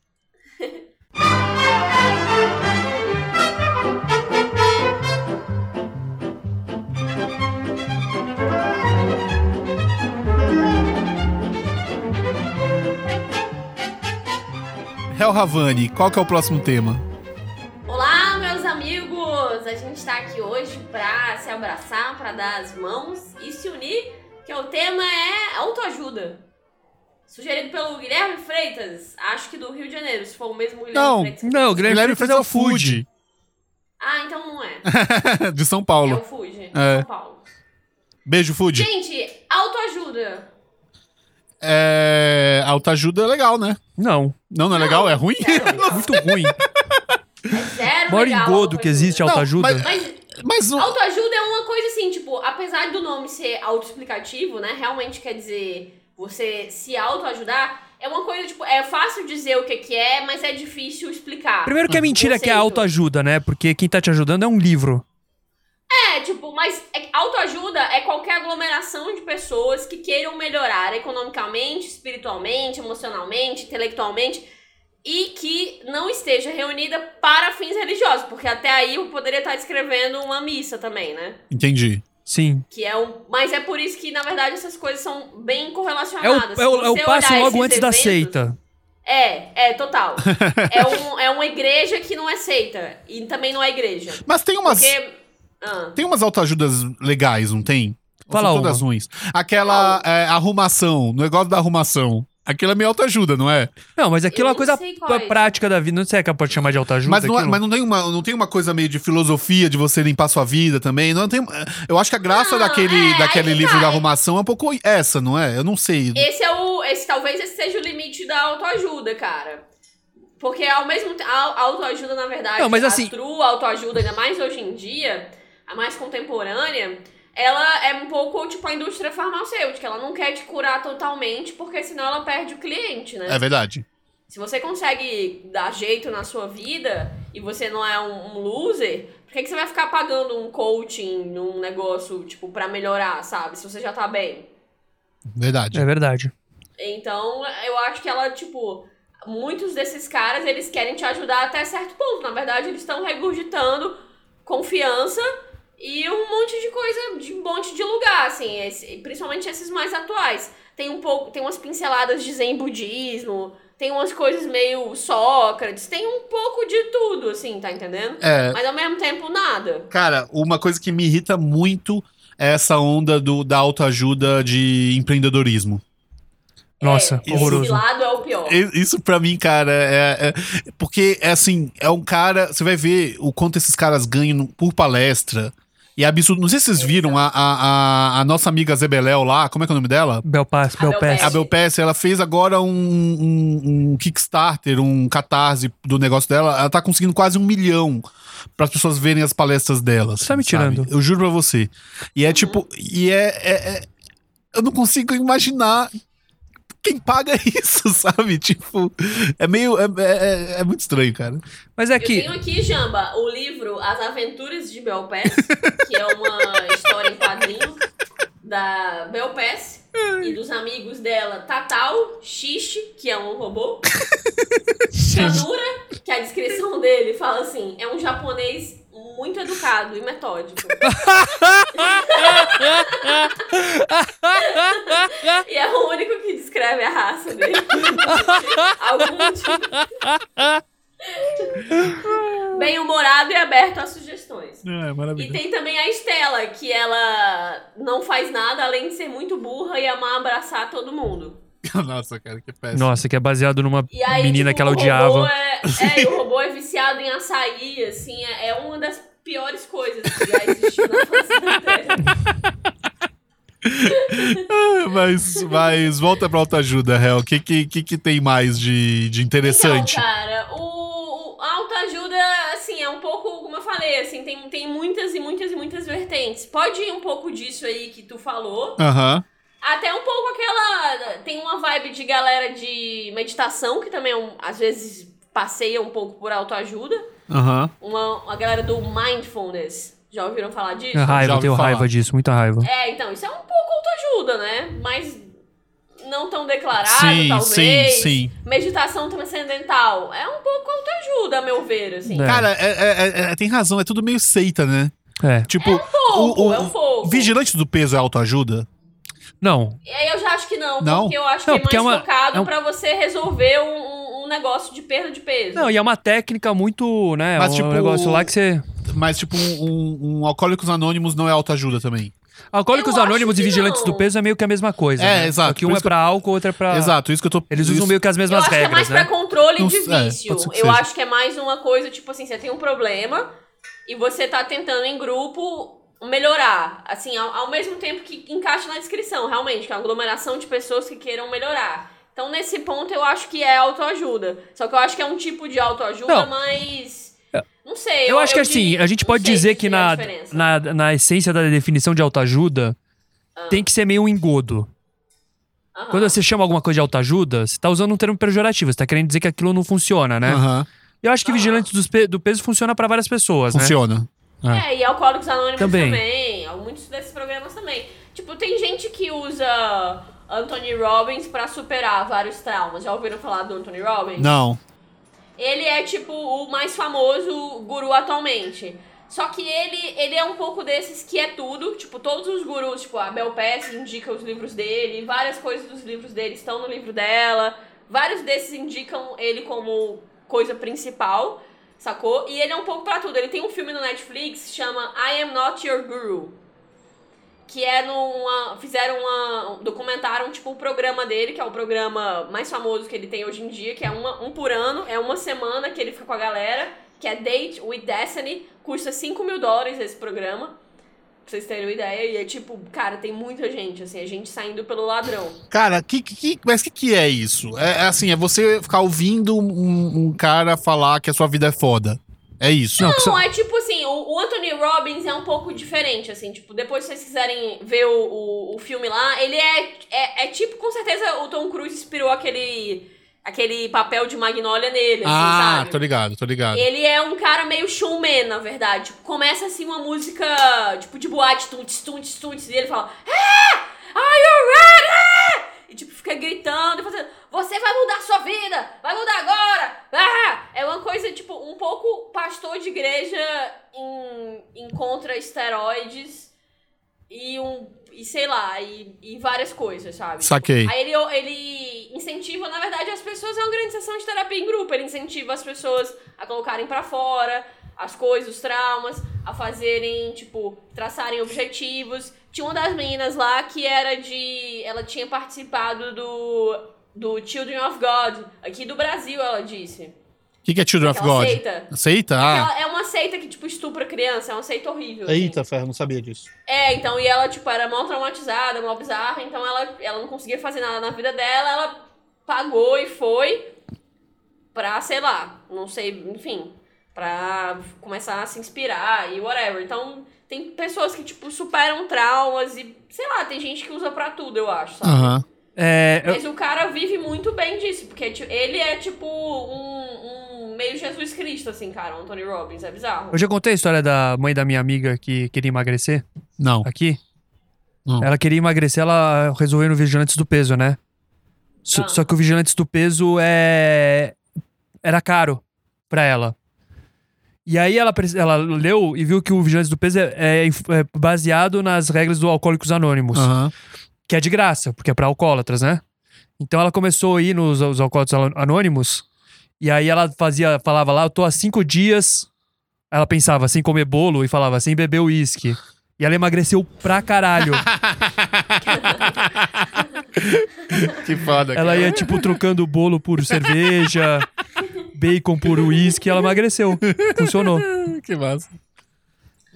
[SPEAKER 1] Hel Havani, qual que é o próximo tema?
[SPEAKER 2] Olá, meus amigos! A gente tá aqui hoje pra se abraçar, pra dar as mãos e se unir, que o tema é autoajuda. Sugerido pelo Guilherme Freitas, acho que do Rio de Janeiro, se for o mesmo Guilherme
[SPEAKER 1] Não,
[SPEAKER 2] Freitas.
[SPEAKER 3] Não, o Guilherme,
[SPEAKER 1] Guilherme
[SPEAKER 3] Freitas é o Food.
[SPEAKER 2] Ah, então não é.
[SPEAKER 1] De São
[SPEAKER 2] É
[SPEAKER 1] Paulo.
[SPEAKER 2] o Fuji,
[SPEAKER 1] É.
[SPEAKER 2] São Paulo.
[SPEAKER 1] Beijo, Food.
[SPEAKER 2] Gente, autoajuda.
[SPEAKER 1] É... Autoajuda é legal, né?
[SPEAKER 3] Não,
[SPEAKER 1] Não, não é legal? É ruim?
[SPEAKER 3] muito ruim.
[SPEAKER 2] É zero
[SPEAKER 3] O maior
[SPEAKER 2] legal
[SPEAKER 3] engodo
[SPEAKER 2] autoajuda.
[SPEAKER 3] que existe é
[SPEAKER 1] Não,
[SPEAKER 3] autoajuda.
[SPEAKER 1] mas-
[SPEAKER 2] Mas
[SPEAKER 1] Mas não...
[SPEAKER 2] autoajuda é uma coisa assim, tipo, apesar do nome ser autoexplicativo, né? Realmente quer dizer você se autoajudar. É uma coisa, tipo, é fácil dizer o que, que é, mas é difícil explicar.
[SPEAKER 3] Primeiro que é mentira que é
[SPEAKER 2] Conceito.
[SPEAKER 3] autoajuda, né? Porque quem tá te ajudando é um livro.
[SPEAKER 2] É, tipo, mas é- autoajuda é qualquer aglomeração de pessoas que queiram melhorar economicamente, espiritualmente, emocionalmente, intelectualmente e que não esteja reunida para fins religiosos, porque até aí eu poderia estar escrevendo uma missa também, né?
[SPEAKER 1] Entendi.
[SPEAKER 3] Sim.
[SPEAKER 2] Que é um, mas é por isso que na verdade essas coisas são bem
[SPEAKER 3] É o,
[SPEAKER 2] correlacionadas.
[SPEAKER 3] é o,
[SPEAKER 2] Tá Se
[SPEAKER 3] é o
[SPEAKER 2] você
[SPEAKER 3] passo
[SPEAKER 2] olhar
[SPEAKER 3] logo
[SPEAKER 2] esses
[SPEAKER 3] antes da
[SPEAKER 2] eventos-
[SPEAKER 3] seita.
[SPEAKER 2] É, é total. é, um, é uma igreja que não é seita e também não é igreja.
[SPEAKER 1] Mas tem umas...
[SPEAKER 2] Porque ah,
[SPEAKER 1] Tem umas autoajudas legais, não tem? Ou
[SPEAKER 3] Fala
[SPEAKER 1] são todas ruins. Aquela é, arrumação, o negócio da arrumação. Aquilo é meio autoajuda, não é?
[SPEAKER 3] Não, mas aquilo
[SPEAKER 2] Eu
[SPEAKER 3] é uma
[SPEAKER 2] não
[SPEAKER 3] coisa
[SPEAKER 2] sei qual é.
[SPEAKER 3] pr- prática da vida. Não sei se é pode chamar de autoajuda.
[SPEAKER 1] Mas, não, é-
[SPEAKER 3] aquilo.
[SPEAKER 1] mas não, tem uma, não tem uma coisa meio de filosofia de você limpar sua vida também. Não tem, eu acho que a graça
[SPEAKER 2] Não,
[SPEAKER 1] daquele,
[SPEAKER 2] é,
[SPEAKER 1] daquele
[SPEAKER 2] aí que
[SPEAKER 1] livro
[SPEAKER 2] vai.
[SPEAKER 1] da arrumação é um pouco essa, não é? Eu não sei.
[SPEAKER 2] esse é o esse talvez esse seja o limite da autoajuda, cara. Porque ao mesmo tempo, a autoajuda na verdade,
[SPEAKER 3] Não, mas
[SPEAKER 2] a
[SPEAKER 3] assim-
[SPEAKER 2] true autoajuda ainda mais hoje em dia, a mais contemporânea, ela é um pouco tipo a indústria farmacêutica, ela não quer te curar totalmente, porque senão ela perde o cliente, né?
[SPEAKER 1] É verdade.
[SPEAKER 2] Se você consegue dar jeito na sua vida e você não é um, um loser, Por que, que você vai ficar pagando um coaching num negócio, tipo, pra melhorar, sabe? Se você já tá bem.
[SPEAKER 1] Verdade.
[SPEAKER 3] É verdade.
[SPEAKER 2] Então, eu acho que ela, tipo, muitos desses caras, eles querem te ajudar até certo ponto. Na verdade, eles estão regurgitando confiança e um monte de coisa, de um monte de lugar, assim, esse- principalmente esses mais atuais. Tem um pouco, tem umas pinceladas de zen budismo, tem umas coisas meio Sócrates, tem um pouco de tudo, assim, tá entendendo?
[SPEAKER 1] É,
[SPEAKER 2] Mas ao mesmo tempo, nada.
[SPEAKER 1] Cara, uma coisa que me irrita muito é essa onda do, da autoajuda de empreendedorismo.
[SPEAKER 3] Nossa,
[SPEAKER 2] é, Esse
[SPEAKER 3] horroroso.
[SPEAKER 2] lado é o pior.
[SPEAKER 1] E- Isso pra mim, cara, é, é- Porque, é assim, é um cara. Você vai ver o quanto esses caras ganham no- por palestra. E é absurdo. Não sei se vocês viram a, a, a, a nossa amiga Zebeléu lá, como é que é o nome dela?
[SPEAKER 3] Belpass,
[SPEAKER 2] Abel
[SPEAKER 3] Belpass.
[SPEAKER 2] Pass.
[SPEAKER 1] É, A Belpass, ela fez agora um, um- um Kickstarter, um catarse do negócio dela. Ela tá conseguindo quase um milhão para as pessoas verem as palestras dela.
[SPEAKER 3] Você tá me tirando.
[SPEAKER 1] Eu juro pra você. E é tipo. E é, é- é- Eu não consigo imaginar quem paga isso, sabe? Tipo. É meio. É, é- é- é muito estranho, cara.
[SPEAKER 3] Mas é
[SPEAKER 2] Eu
[SPEAKER 3] que.
[SPEAKER 2] tenho aqui, Jamba, o livro As Aventuras de Belpass, que é uma história em quadrinho da Belpass e dos amigos dela, Tatal, Xixi, que é um robô, Chanura, que a descrição dele fala assim, é um japonês muito educado e metódico. E é o único que descreve a raça dele. Algum tipo. Bem-humorado e aberto a sugestões.
[SPEAKER 1] É,
[SPEAKER 2] E
[SPEAKER 1] maravilhoso.
[SPEAKER 2] tem também a Estela, que ela não faz nada além de ser muito burra e amar abraçar todo mundo.
[SPEAKER 1] Nossa, cara, que péssimo.
[SPEAKER 3] Nossa, que é baseado numa
[SPEAKER 2] E aí,
[SPEAKER 3] menina
[SPEAKER 2] tipo,
[SPEAKER 3] que ela
[SPEAKER 2] o robô
[SPEAKER 3] odiava.
[SPEAKER 2] É, é, e o robô é viciado em açaí, assim, é, é uma das piores coisas que já existiu na face da Terra.
[SPEAKER 1] Mas, mas volta pra autoajuda, Hel. O que, que, que, que tem mais de, de interessante?
[SPEAKER 2] Então, cara, o, o a autoajuda, assim, é um pouco, como eu falei, assim, tem, tem muitas e muitas e muitas vertentes. Pode ir um pouco disso aí que tu falou.
[SPEAKER 1] Aham.
[SPEAKER 2] Até um pouco aquela. Tem uma vibe de galera de meditação, que também é um- às vezes passeia um pouco por autoajuda.
[SPEAKER 1] Aham.
[SPEAKER 2] Uma, a galera do mindfulness. Já ouviram falar disso?
[SPEAKER 3] É
[SPEAKER 1] Já
[SPEAKER 3] Raiva, eu
[SPEAKER 1] ouvi
[SPEAKER 3] tenho
[SPEAKER 1] falar.
[SPEAKER 3] raiva disso, muita raiva.
[SPEAKER 2] É, então, isso é um pouco autoajuda, né? Mas não tão declarado,
[SPEAKER 1] Sim,
[SPEAKER 2] talvez.
[SPEAKER 1] sim, sim.
[SPEAKER 2] Meditação transcendental. É um pouco autoajuda, a meu ver, assim.
[SPEAKER 3] É.
[SPEAKER 1] Cara, é- é- é- é- tem razão, é tudo meio seita, né?
[SPEAKER 3] É.
[SPEAKER 1] Tipo,
[SPEAKER 2] Pouco,
[SPEAKER 1] o- o-
[SPEAKER 2] é um pouco.
[SPEAKER 1] vigilante do peso é autoajuda?
[SPEAKER 3] Não,
[SPEAKER 2] E aí eu já acho que não,
[SPEAKER 1] Não?
[SPEAKER 2] porque eu acho
[SPEAKER 3] Não,
[SPEAKER 2] que
[SPEAKER 3] porque
[SPEAKER 2] é
[SPEAKER 3] é
[SPEAKER 2] mais
[SPEAKER 3] uma-
[SPEAKER 2] focado
[SPEAKER 3] é um-
[SPEAKER 2] pra você resolver um- um, um negócio de perda de peso.
[SPEAKER 3] não, e é uma técnica muito, né?
[SPEAKER 1] Mas,
[SPEAKER 3] um
[SPEAKER 1] tipo,
[SPEAKER 3] negócio lá que você.
[SPEAKER 1] Mas, tipo, um, um- um Alcoólicos Anônimos não é autoajuda também.
[SPEAKER 3] Alcoólicos
[SPEAKER 2] Eu acho
[SPEAKER 3] Anônimos e
[SPEAKER 2] que
[SPEAKER 3] Vigilantes
[SPEAKER 2] não.
[SPEAKER 3] do Peso é meio que a mesma coisa.
[SPEAKER 1] É,
[SPEAKER 3] né?
[SPEAKER 1] exato,
[SPEAKER 3] Só que
[SPEAKER 1] por
[SPEAKER 3] um
[SPEAKER 1] isso
[SPEAKER 3] é
[SPEAKER 1] que eu-
[SPEAKER 3] pra álcool, outro é pra.
[SPEAKER 1] Exato, isso que eu tô.
[SPEAKER 3] Eles usam
[SPEAKER 1] isso-
[SPEAKER 3] meio que as
[SPEAKER 2] eu
[SPEAKER 3] mesmas
[SPEAKER 2] acho que é
[SPEAKER 3] regras,
[SPEAKER 2] mais pra
[SPEAKER 3] né?
[SPEAKER 2] controle
[SPEAKER 1] Não
[SPEAKER 2] de
[SPEAKER 1] sei, é,
[SPEAKER 2] vício.
[SPEAKER 1] pode ser que
[SPEAKER 2] eu
[SPEAKER 1] seja.
[SPEAKER 2] acho que é mais uma coisa, tipo assim, você tem um problema e você tá tentando em grupo melhorar. Assim, ao, ao mesmo tempo que encaixa na descrição, realmente, que é uma aglomeração de pessoas que queiram melhorar. Então, nesse ponto, eu acho que é autoajuda. Só que eu acho que é um tipo de autoajuda,
[SPEAKER 3] Não. É.
[SPEAKER 2] mas. Não sei.
[SPEAKER 3] Eu acho que assim,
[SPEAKER 2] diria-
[SPEAKER 3] a gente
[SPEAKER 2] não
[SPEAKER 3] pode
[SPEAKER 2] sei
[SPEAKER 3] dizer que
[SPEAKER 2] dizer a
[SPEAKER 3] na,
[SPEAKER 2] diferença.
[SPEAKER 3] na, na essência da definição de autoajuda
[SPEAKER 2] Ah.
[SPEAKER 3] tem que ser meio um engodo.
[SPEAKER 2] Aham.
[SPEAKER 3] Quando você chama alguma coisa de autoajuda, você tá usando um termo pejorativo, você tá querendo dizer que aquilo não funciona, né?
[SPEAKER 1] Aham,
[SPEAKER 3] Eu acho que
[SPEAKER 2] Ah.
[SPEAKER 3] Vigilantes dos Pe- do Peso funciona pra várias pessoas, né?
[SPEAKER 1] Funciona.
[SPEAKER 2] É, e Alcoólicos Anônimos também.
[SPEAKER 3] Também.
[SPEAKER 2] Há Muitos desses programas também. Tipo, tem gente que usa Anthony Robbins pra superar vários traumas. Já ouviram falar do Anthony Robbins?
[SPEAKER 1] Não.
[SPEAKER 2] Ele é, tipo, o mais famoso guru atualmente. Só que ele, ele é um pouco desses que é tudo. Tipo, todos os gurus, tipo, a Bel Pass indica os livros dele. Várias coisas dos livros dele estão no livro dela. Vários desses indicam ele como coisa principal, sacou? E ele é um pouco pra tudo. Ele tem um filme no Netflix, chama I Am Not Your Guru. Que é numa. Fizeram uma. Documentaram, tipo, o programa dele, que é o programa mais famoso que ele tem hoje em dia, que é uma, um por ano, é uma semana que ele fica com a galera, que é Date with Destiny, custa 5 mil dólares esse programa. Pra vocês terem uma ideia, e é tipo, cara, tem muita gente, assim, a gente saindo pelo ladrão.
[SPEAKER 1] Cara, que, que- que- mas o que, que é isso? É, é assim, é você ficar ouvindo um, um cara falar que a sua vida é foda. É isso.
[SPEAKER 3] Não, que só-
[SPEAKER 2] Não, é tipo assim, o, o Anthony Robbins é um pouco diferente, assim, tipo, depois se vocês quiserem ver o, o, o filme lá, ele é, é, é tipo, com certeza, o Tom Cruise inspirou aquele, aquele papel de magnólia nele, assim,
[SPEAKER 1] Ah,
[SPEAKER 2] sabe?
[SPEAKER 1] tô ligado, tô ligado.
[SPEAKER 2] Ele é um cara meio showman, na verdade. Tipo, começa assim uma música, tipo, de boate, tuntes, tuntes, tuntes, e ele fala, ah, are you ready? E tipo, fica gritando e fazendo, você vai mudar sua vida, vai mudar agora! Ah! É uma coisa, tipo, um pouco pastor de igreja em, em contra esteroides e um. E sei lá, e, e várias coisas, sabe?
[SPEAKER 1] Saquei.
[SPEAKER 2] Aí ele, ele incentiva, na verdade, as pessoas. É uma grande sessão de terapia em grupo. Ele incentiva as pessoas a colocarem pra fora as coisas, os traumas, a fazerem, tipo, traçarem objetivos. Tinha uma das meninas lá que era de. Ela tinha participado do. Do Children of God, aqui do Brasil, ela disse.
[SPEAKER 1] O que, que é Children of
[SPEAKER 2] Aquela
[SPEAKER 1] God?
[SPEAKER 2] seita.
[SPEAKER 1] Aceita? Ah.
[SPEAKER 2] Ela- É uma seita que, tipo, estupra criança, é uma seita horrível. assim.
[SPEAKER 1] Eita, Ferro, não sabia disso.
[SPEAKER 2] É, então, e ela, tipo, era mal traumatizada, mal bizarra, então ela, ela não conseguia fazer nada na vida dela, ela pagou e foi pra, sei lá, não sei, enfim, pra começar a se inspirar e whatever. Então, tem pessoas que, tipo, superam traumas e, sei lá, tem gente que usa pra tudo, eu acho, sabe?
[SPEAKER 1] Aham.
[SPEAKER 3] É, eu-
[SPEAKER 2] Mas o cara vive muito bem disso, porque ti- ele é, tipo, um, um meio Jesus Cristo, assim, cara, o Anthony Robbins, é bizarro.
[SPEAKER 3] eu já contei a história da mãe da minha amiga que queria emagrecer
[SPEAKER 1] Não.
[SPEAKER 3] aqui.
[SPEAKER 1] Não.
[SPEAKER 3] Ela queria emagrecer, ela resolveu ir no Vigilantes do Peso, né? S-
[SPEAKER 2] Ah.
[SPEAKER 3] Só que o Vigilantes do Peso é... era caro pra ela. E aí ela, prec- ela leu e viu que o Vigilantes do Peso é, é inf- é baseado nas regras do Alcoólicos Anônimos.
[SPEAKER 1] Aham.
[SPEAKER 3] que é de graça, porque é pra alcoólatras, né? Então ela começou a ir nos aos alcoólatras anônimos, e aí ela fazia, falava lá, eu tô há cinco dias. Ela pensava sem comer bolo e falava sem beber uísque. E ela emagreceu pra caralho.
[SPEAKER 1] Que foda.
[SPEAKER 3] ela ia, tipo, trocando bolo por cerveja, bacon por uísque, e ela emagreceu. Funcionou.
[SPEAKER 1] ia... Ah, Que massa.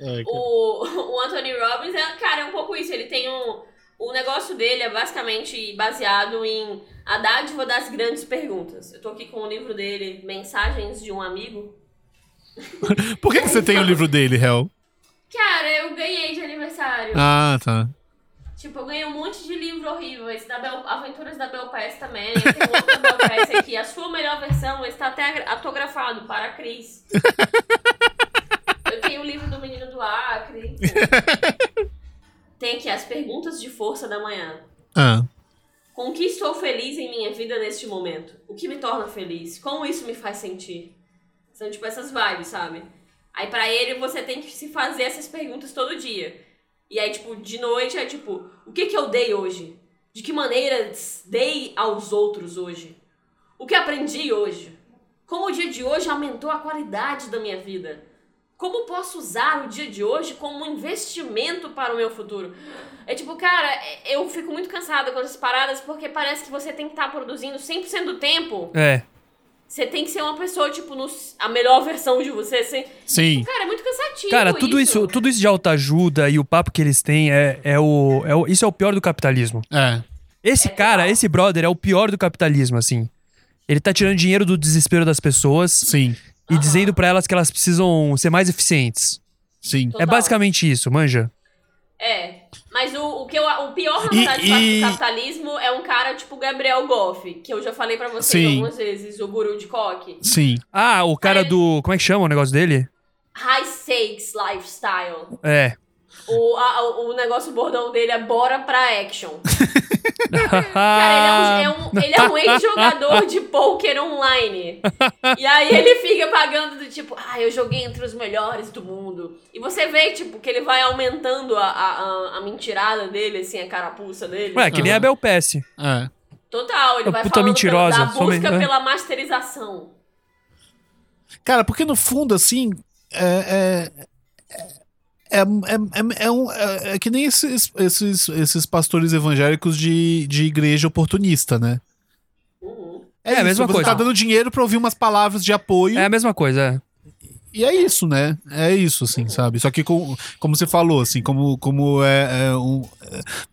[SPEAKER 1] Ai, cara.
[SPEAKER 2] O, o Anthony Robbins, é, cara, é um pouco isso. Ele tem um. O negócio dele é basicamente baseado em A Dádiva das Grandes Perguntas. Eu tô aqui com o livro dele, Mensagens de um Amigo.
[SPEAKER 1] Por que, que você tem o livro dele, Hel?
[SPEAKER 2] Cara, eu ganhei de aniversário.
[SPEAKER 1] Ah, tá.
[SPEAKER 2] Tipo, eu ganhei um monte de livro horrível. Esse da Bel... Aventuras da Bel Pass também. Tem um outro Bel Pass aqui. A sua melhor versão está até agra- autografado para a Cris. Eu tenho o livro do Menino do Acre. Tem aqui as perguntas de força da manhã.
[SPEAKER 1] Ah.
[SPEAKER 2] Com o que estou feliz em minha vida neste momento? O que me torna feliz? Como isso me faz sentir? São tipo essas vibes, sabe? Aí pra ele você tem que se fazer essas perguntas todo dia. E aí, tipo, de noite é tipo, o que que eu dei hoje? De que maneira dei aos outros hoje? O que aprendi hoje? Como o dia de hoje aumentou a qualidade da minha vida? Como posso usar o dia de hoje como um investimento para o meu futuro? É tipo, cara, é- eu fico muito cansada com essas paradas porque parece que você tem que estar produzindo 100% do tempo.
[SPEAKER 3] É.
[SPEAKER 2] Você tem que ser uma pessoa, tipo, no- a melhor versão de você. Você-
[SPEAKER 1] Sim.
[SPEAKER 2] Cara, é muito cansativo.
[SPEAKER 3] Cara, tudo isso, tudo isso de autoajuda e o papo que eles têm é, é, o, é o. Isso é o pior do capitalismo.
[SPEAKER 1] É.
[SPEAKER 3] Esse
[SPEAKER 2] É
[SPEAKER 3] cara,
[SPEAKER 2] real.
[SPEAKER 3] esse brother, é o pior do capitalismo, assim. Ele tá tirando dinheiro do desespero das pessoas
[SPEAKER 1] Sim.
[SPEAKER 3] e dizendo pra elas que elas precisam ser mais eficientes.
[SPEAKER 1] Sim.
[SPEAKER 2] Total.
[SPEAKER 3] É basicamente isso, manja.
[SPEAKER 2] É. Mas o, o que eu, o pior, na
[SPEAKER 1] E-
[SPEAKER 2] verdade,
[SPEAKER 1] e-
[SPEAKER 2] do capitalismo é um cara tipo Gabriel Goff, que eu já falei pra vocês
[SPEAKER 1] Sim.
[SPEAKER 2] algumas vezes, o guru de coque.
[SPEAKER 1] Sim.
[SPEAKER 3] Ah, o cara
[SPEAKER 2] Aí-
[SPEAKER 3] do. Como é que chama o negócio dele?
[SPEAKER 2] High stakes lifestyle.
[SPEAKER 3] É.
[SPEAKER 2] O, a- o, o negócio bordão dele é bora pra action.
[SPEAKER 3] Ah.
[SPEAKER 2] Cara, ele é um, é um- ele é um ex-jogador de pôquer online. E aí ele fica pagando do tipo, ah, eu joguei entre os melhores do mundo. E você vê, tipo, que ele vai aumentando a, a, a- a mentirada dele, assim, a carapuça dele.
[SPEAKER 3] Ué, que nem
[SPEAKER 1] Aham.
[SPEAKER 3] a Bel Pesce.
[SPEAKER 1] É.
[SPEAKER 2] Total, ele
[SPEAKER 3] É
[SPEAKER 2] vai
[SPEAKER 3] puta
[SPEAKER 2] falando
[SPEAKER 3] mentirosa,
[SPEAKER 2] pela, da
[SPEAKER 3] sou men-
[SPEAKER 2] busca
[SPEAKER 3] é.
[SPEAKER 2] pela masterização.
[SPEAKER 1] Cara, porque no fundo, assim, é. é... É, é, é, é um- é- é que nem esses, esses, esses pastores evangélicos de, de igreja oportunista, né?
[SPEAKER 2] Uhum.
[SPEAKER 3] É a
[SPEAKER 1] isso,
[SPEAKER 3] mesma
[SPEAKER 1] você
[SPEAKER 3] coisa.
[SPEAKER 1] tá dando dinheiro pra ouvir umas palavras de apoio
[SPEAKER 3] É a mesma coisa.
[SPEAKER 1] e é isso, né? É isso, assim, sabe? Só que com- como você falou, assim, como, como é, é um-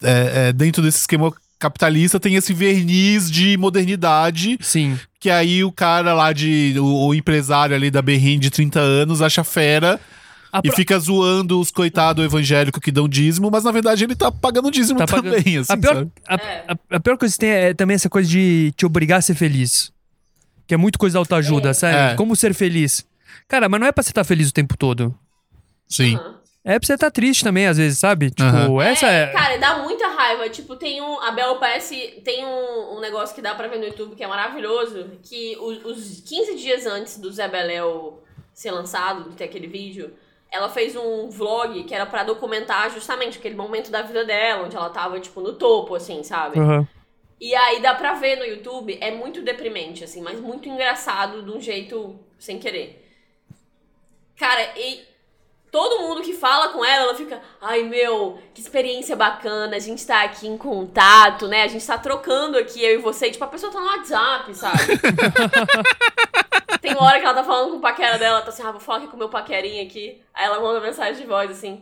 [SPEAKER 1] é- é dentro desse esquema capitalista tem esse verniz de modernidade
[SPEAKER 3] é. Sim.
[SPEAKER 1] que aí o cara lá de. O, o empresário ali da Berrin de 30 anos acha fera
[SPEAKER 3] A
[SPEAKER 1] e
[SPEAKER 3] pro-
[SPEAKER 1] fica zoando os coitados evangélicos que dão dízimo, mas na verdade ele tá pagando dízimo
[SPEAKER 3] Tá pagando.
[SPEAKER 1] também, assim,
[SPEAKER 3] a, pior,
[SPEAKER 1] sabe?
[SPEAKER 3] a,
[SPEAKER 2] É.
[SPEAKER 3] a- a pior coisa que tem é também essa coisa de te obrigar a ser feliz. que é muito coisa da autoajuda,
[SPEAKER 2] É.
[SPEAKER 3] sério.
[SPEAKER 1] É.
[SPEAKER 3] Como ser feliz. Cara, mas não é pra você estar feliz o tempo todo.
[SPEAKER 1] Sim.
[SPEAKER 2] Aham.
[SPEAKER 3] É pra você estar triste também, às vezes, sabe? Tipo,
[SPEAKER 1] Aham.
[SPEAKER 3] essa é.
[SPEAKER 2] Cara, dá muita raiva. Tipo, tem um. A Bel parece. Tem um, um negócio que dá pra ver no YouTube que é maravilhoso. Que o- os, 15 dias antes do Zé Beléu ser lançado, ter aquele vídeo, ela fez um vlog que era pra documentar justamente aquele momento da vida dela, onde ela tava, tipo, no topo, assim, sabe?
[SPEAKER 3] Aham.
[SPEAKER 2] E aí dá pra ver no YouTube, é muito deprimente, assim, mas muito engraçado de um jeito sem querer. Cara, e todo mundo que fala com ela, ela fica, ai meu, que experiência bacana, a gente tá aqui em contato, né? A gente tá trocando aqui, eu e você, e, tipo, a pessoa tá no WhatsApp, sabe? Tem hora que ela tá falando com o paquera dela, tá assim, ah, vou falar aqui com o meu paquerinho aqui. Aí ela manda mensagem de voz assim.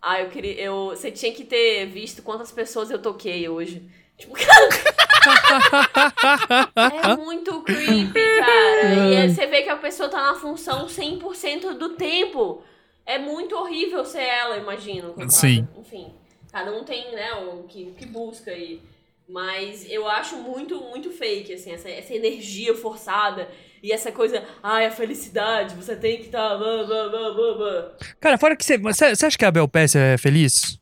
[SPEAKER 2] Ah, eu queria. Eu, você tinha que ter visto quantas pessoas eu toquei hoje. Tipo, é muito creepy, cara. E aí você vê que a pessoa tá na função 100% do tempo. É muito horrível ser ela, imagino. coitada.
[SPEAKER 1] Sim.
[SPEAKER 2] Enfim, cada um tem, né, o que, o que busca aí. Mas eu acho muito, muito fake, assim, essa, essa energia forçada e essa coisa, ai, a felicidade, você tem que estar. blá, blá, blá, blá, blá."
[SPEAKER 3] Cara, fora que você. Você você acha que a Bel Pesce é feliz?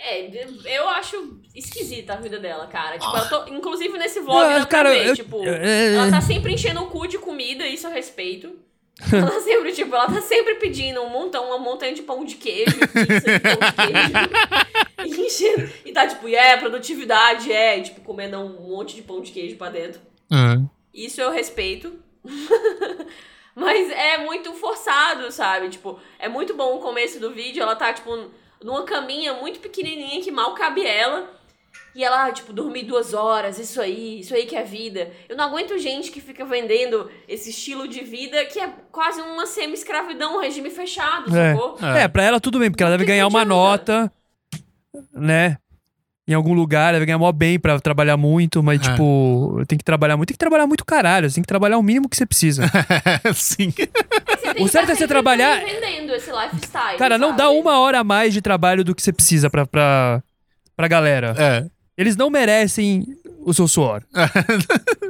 [SPEAKER 2] É, eu acho esquisita a vida dela, cara. Tipo, ela to- inclusive nesse vlog,
[SPEAKER 3] Ah,
[SPEAKER 2] ela
[SPEAKER 3] cara,
[SPEAKER 2] também,
[SPEAKER 3] eu-
[SPEAKER 2] tipo,
[SPEAKER 3] é-
[SPEAKER 2] ela tá sempre enchendo o cu de comida, isso eu respeito. Ela tá sempre, tipo, ela tá sempre pedindo um montão, uma montanha de pão de queijo, pizza de pão de queijo. E enchendo. E tá, tipo, e é, produtividade, é, e, tipo, comendo um monte de pão de queijo pra dentro.
[SPEAKER 3] Ah.
[SPEAKER 1] Aham.
[SPEAKER 2] Isso eu respeito. Mas é muito forçado, sabe? Tipo, é muito bom o começo do vídeo. Ela tá, tipo, numa caminha muito pequenininha que mal cabe ela. E ela, ah, tipo, dormir duas horas, isso aí, isso aí que é vida. Eu não aguento gente que fica vendendo esse estilo de vida que é quase uma semi-escravidão, um regime fechado,
[SPEAKER 3] É.
[SPEAKER 2] sacou?
[SPEAKER 3] É. pra ela tudo bem, porque ela deve
[SPEAKER 2] Que
[SPEAKER 3] ganhar uma
[SPEAKER 2] idiota.
[SPEAKER 3] nota, né? Em algum lugar, deve ganhar mó bem pra trabalhar muito, mas,
[SPEAKER 1] É.
[SPEAKER 3] tipo, tem que trabalhar muito. Tem que trabalhar muito caralho, você tem que trabalhar o mínimo que você precisa.
[SPEAKER 1] É, Sim.
[SPEAKER 2] Você tem
[SPEAKER 3] O
[SPEAKER 2] que
[SPEAKER 3] certo
[SPEAKER 2] tá
[SPEAKER 3] é você
[SPEAKER 2] sempre
[SPEAKER 3] trabalhar-
[SPEAKER 2] vendendo esse lifestyle.
[SPEAKER 3] Cara, não dá
[SPEAKER 2] sabe?
[SPEAKER 3] uma hora a mais de trabalho do que você precisa pra, pra, pra galera.
[SPEAKER 1] É.
[SPEAKER 3] Eles não merecem o seu suor.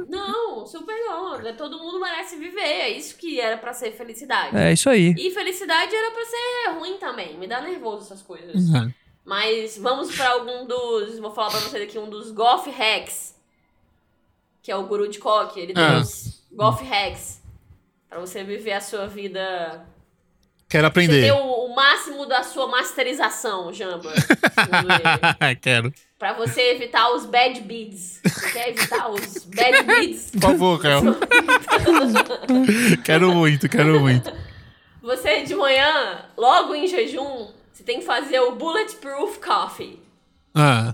[SPEAKER 2] Não, super não. Todo mundo merece viver. É isso que era pra ser felicidade.
[SPEAKER 3] É isso aí.
[SPEAKER 2] E felicidade era pra ser ruim também. Me dá nervoso essas coisas.
[SPEAKER 1] Uhum.
[SPEAKER 2] Mas vamos pra algum dos. Vou falar pra vocês aqui um dos golf hacks. Que é o guru de coque. Ele
[SPEAKER 1] Ah.
[SPEAKER 2] tem uns golf hacks. Pra você viver a sua vida.
[SPEAKER 1] Quero
[SPEAKER 2] Você ter
[SPEAKER 1] aprender.
[SPEAKER 2] o, o máximo da sua masterização, Jamba. segundo ele.
[SPEAKER 1] Quero.
[SPEAKER 2] pra você evitar os bad beads. Você quer evitar os bad beads?
[SPEAKER 1] Por favor, Rael. quero muito, quero muito.
[SPEAKER 2] Você de manhã, logo em jejum, você tem que fazer o bulletproof coffee.
[SPEAKER 1] Ah,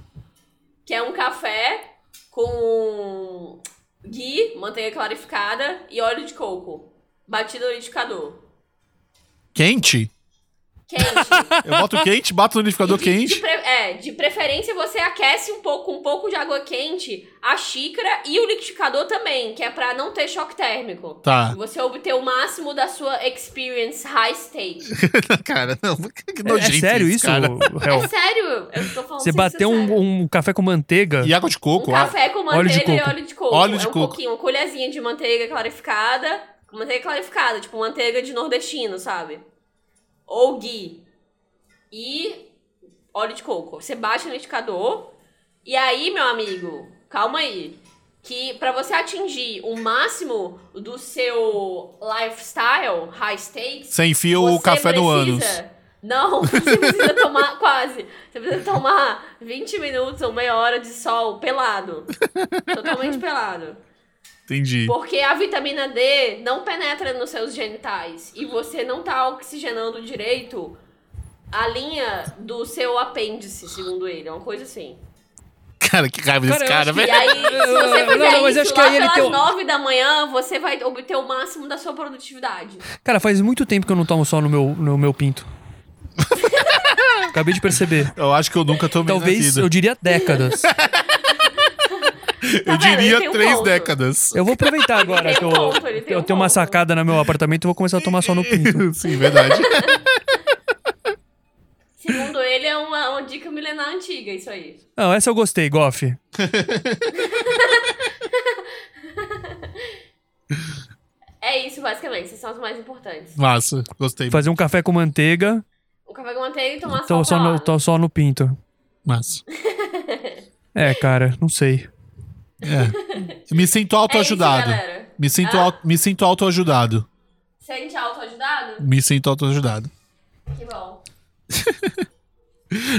[SPEAKER 2] que é um café com ghee, manteiga clarificada e óleo de coco. Batido no liquidificador.
[SPEAKER 1] quente?
[SPEAKER 2] Quente.
[SPEAKER 1] Eu boto quente, bato no liquidificador
[SPEAKER 2] De
[SPEAKER 1] quente.
[SPEAKER 2] pre- é, de preferência você aquece um pouco, com um pouco de água quente, a xícara e o liquidificador também, que é pra não ter choque térmico.
[SPEAKER 1] Tá.
[SPEAKER 2] E Você obter o máximo da sua experience high stake.
[SPEAKER 1] Cara, não. Que
[SPEAKER 3] É, é
[SPEAKER 1] nojento
[SPEAKER 3] sério isso,
[SPEAKER 1] cara.
[SPEAKER 3] Hel?
[SPEAKER 2] É sério, eu tô falando
[SPEAKER 3] Você
[SPEAKER 2] sério,
[SPEAKER 3] bateu
[SPEAKER 2] é sério.
[SPEAKER 3] um, um café com manteiga.
[SPEAKER 1] E água de
[SPEAKER 2] Um
[SPEAKER 1] coco? ah.
[SPEAKER 2] café com
[SPEAKER 3] óleo de
[SPEAKER 2] manteiga e
[SPEAKER 3] coco.
[SPEAKER 2] óleo de coco.
[SPEAKER 1] Óleo de
[SPEAKER 2] é um
[SPEAKER 1] coco.
[SPEAKER 2] pouquinho, uma colherzinha de manteiga clarificada. Manteiga clarificada, tipo manteiga de nordestino, sabe? Ou ghee. E óleo de coco. Você bate no liquidificador. E aí, meu amigo, calma aí. Que pra você atingir o máximo do seu lifestyle, high stakes,
[SPEAKER 1] Sem fio o
[SPEAKER 2] você
[SPEAKER 1] café no ânus.
[SPEAKER 2] precisa- Não, você precisa tomar quase. Você precisa tomar 20 minutos ou meia hora de sol pelado. Totalmente pelado.
[SPEAKER 1] Entendi.
[SPEAKER 2] Porque a vitamina D não penetra nos seus genitais. E você não tá oxigenando direito a linha do seu apêndice, segundo ele. É uma coisa assim.
[SPEAKER 1] Cara, que raiva
[SPEAKER 3] Cara,
[SPEAKER 1] desse
[SPEAKER 3] eu
[SPEAKER 1] cara,
[SPEAKER 3] acho que-
[SPEAKER 1] velho.
[SPEAKER 2] E aí, se você
[SPEAKER 3] Não,
[SPEAKER 2] fizer
[SPEAKER 3] não, mas
[SPEAKER 2] isso
[SPEAKER 3] acho que
[SPEAKER 2] lá
[SPEAKER 3] aí ele
[SPEAKER 2] pelas
[SPEAKER 3] tem um-
[SPEAKER 2] 9 da manhã, você vai obter o máximo da sua produtividade.
[SPEAKER 3] Cara, faz muito tempo que eu não tomo sol no meu, no meu pinto. Acabei de perceber.
[SPEAKER 1] Eu acho que eu nunca tomei na
[SPEAKER 3] Talvez,
[SPEAKER 1] vida.
[SPEAKER 3] eu diria décadas.
[SPEAKER 1] Eu
[SPEAKER 2] Tá vendo? Ele tem
[SPEAKER 1] diria
[SPEAKER 2] um
[SPEAKER 1] três
[SPEAKER 2] ponto.
[SPEAKER 1] décadas.
[SPEAKER 3] Eu vou aproveitar agora
[SPEAKER 2] tem
[SPEAKER 3] que eu,
[SPEAKER 2] um ponto, ele
[SPEAKER 3] que
[SPEAKER 2] tem
[SPEAKER 3] eu
[SPEAKER 2] um
[SPEAKER 3] tenho uma
[SPEAKER 2] ponto.
[SPEAKER 3] sacada no meu apartamento e vou começar a tomar sol no pinto.
[SPEAKER 1] Sim, verdade.
[SPEAKER 2] Segundo ele, é uma, uma dica milenar antiga, isso aí.
[SPEAKER 3] Não, essa eu gostei, Goff.
[SPEAKER 2] É isso, basicamente. Esses são os mais importantes.
[SPEAKER 1] Massa, gostei.
[SPEAKER 3] Fazer um café com manteiga.
[SPEAKER 2] O café com manteiga e tomar
[SPEAKER 3] Tô
[SPEAKER 2] sal
[SPEAKER 3] só,
[SPEAKER 2] pelado.
[SPEAKER 3] no, tô só no pinto.
[SPEAKER 1] Massa.
[SPEAKER 3] É, cara, não sei.
[SPEAKER 1] É. Me sinto
[SPEAKER 2] É isso,
[SPEAKER 1] autoajudado.
[SPEAKER 2] galera.
[SPEAKER 1] me sinto
[SPEAKER 2] Ah.
[SPEAKER 1] au- me sinto autoajudado.
[SPEAKER 2] Sente autoajudado?
[SPEAKER 1] Me sinto autoajudado.
[SPEAKER 2] Que bom.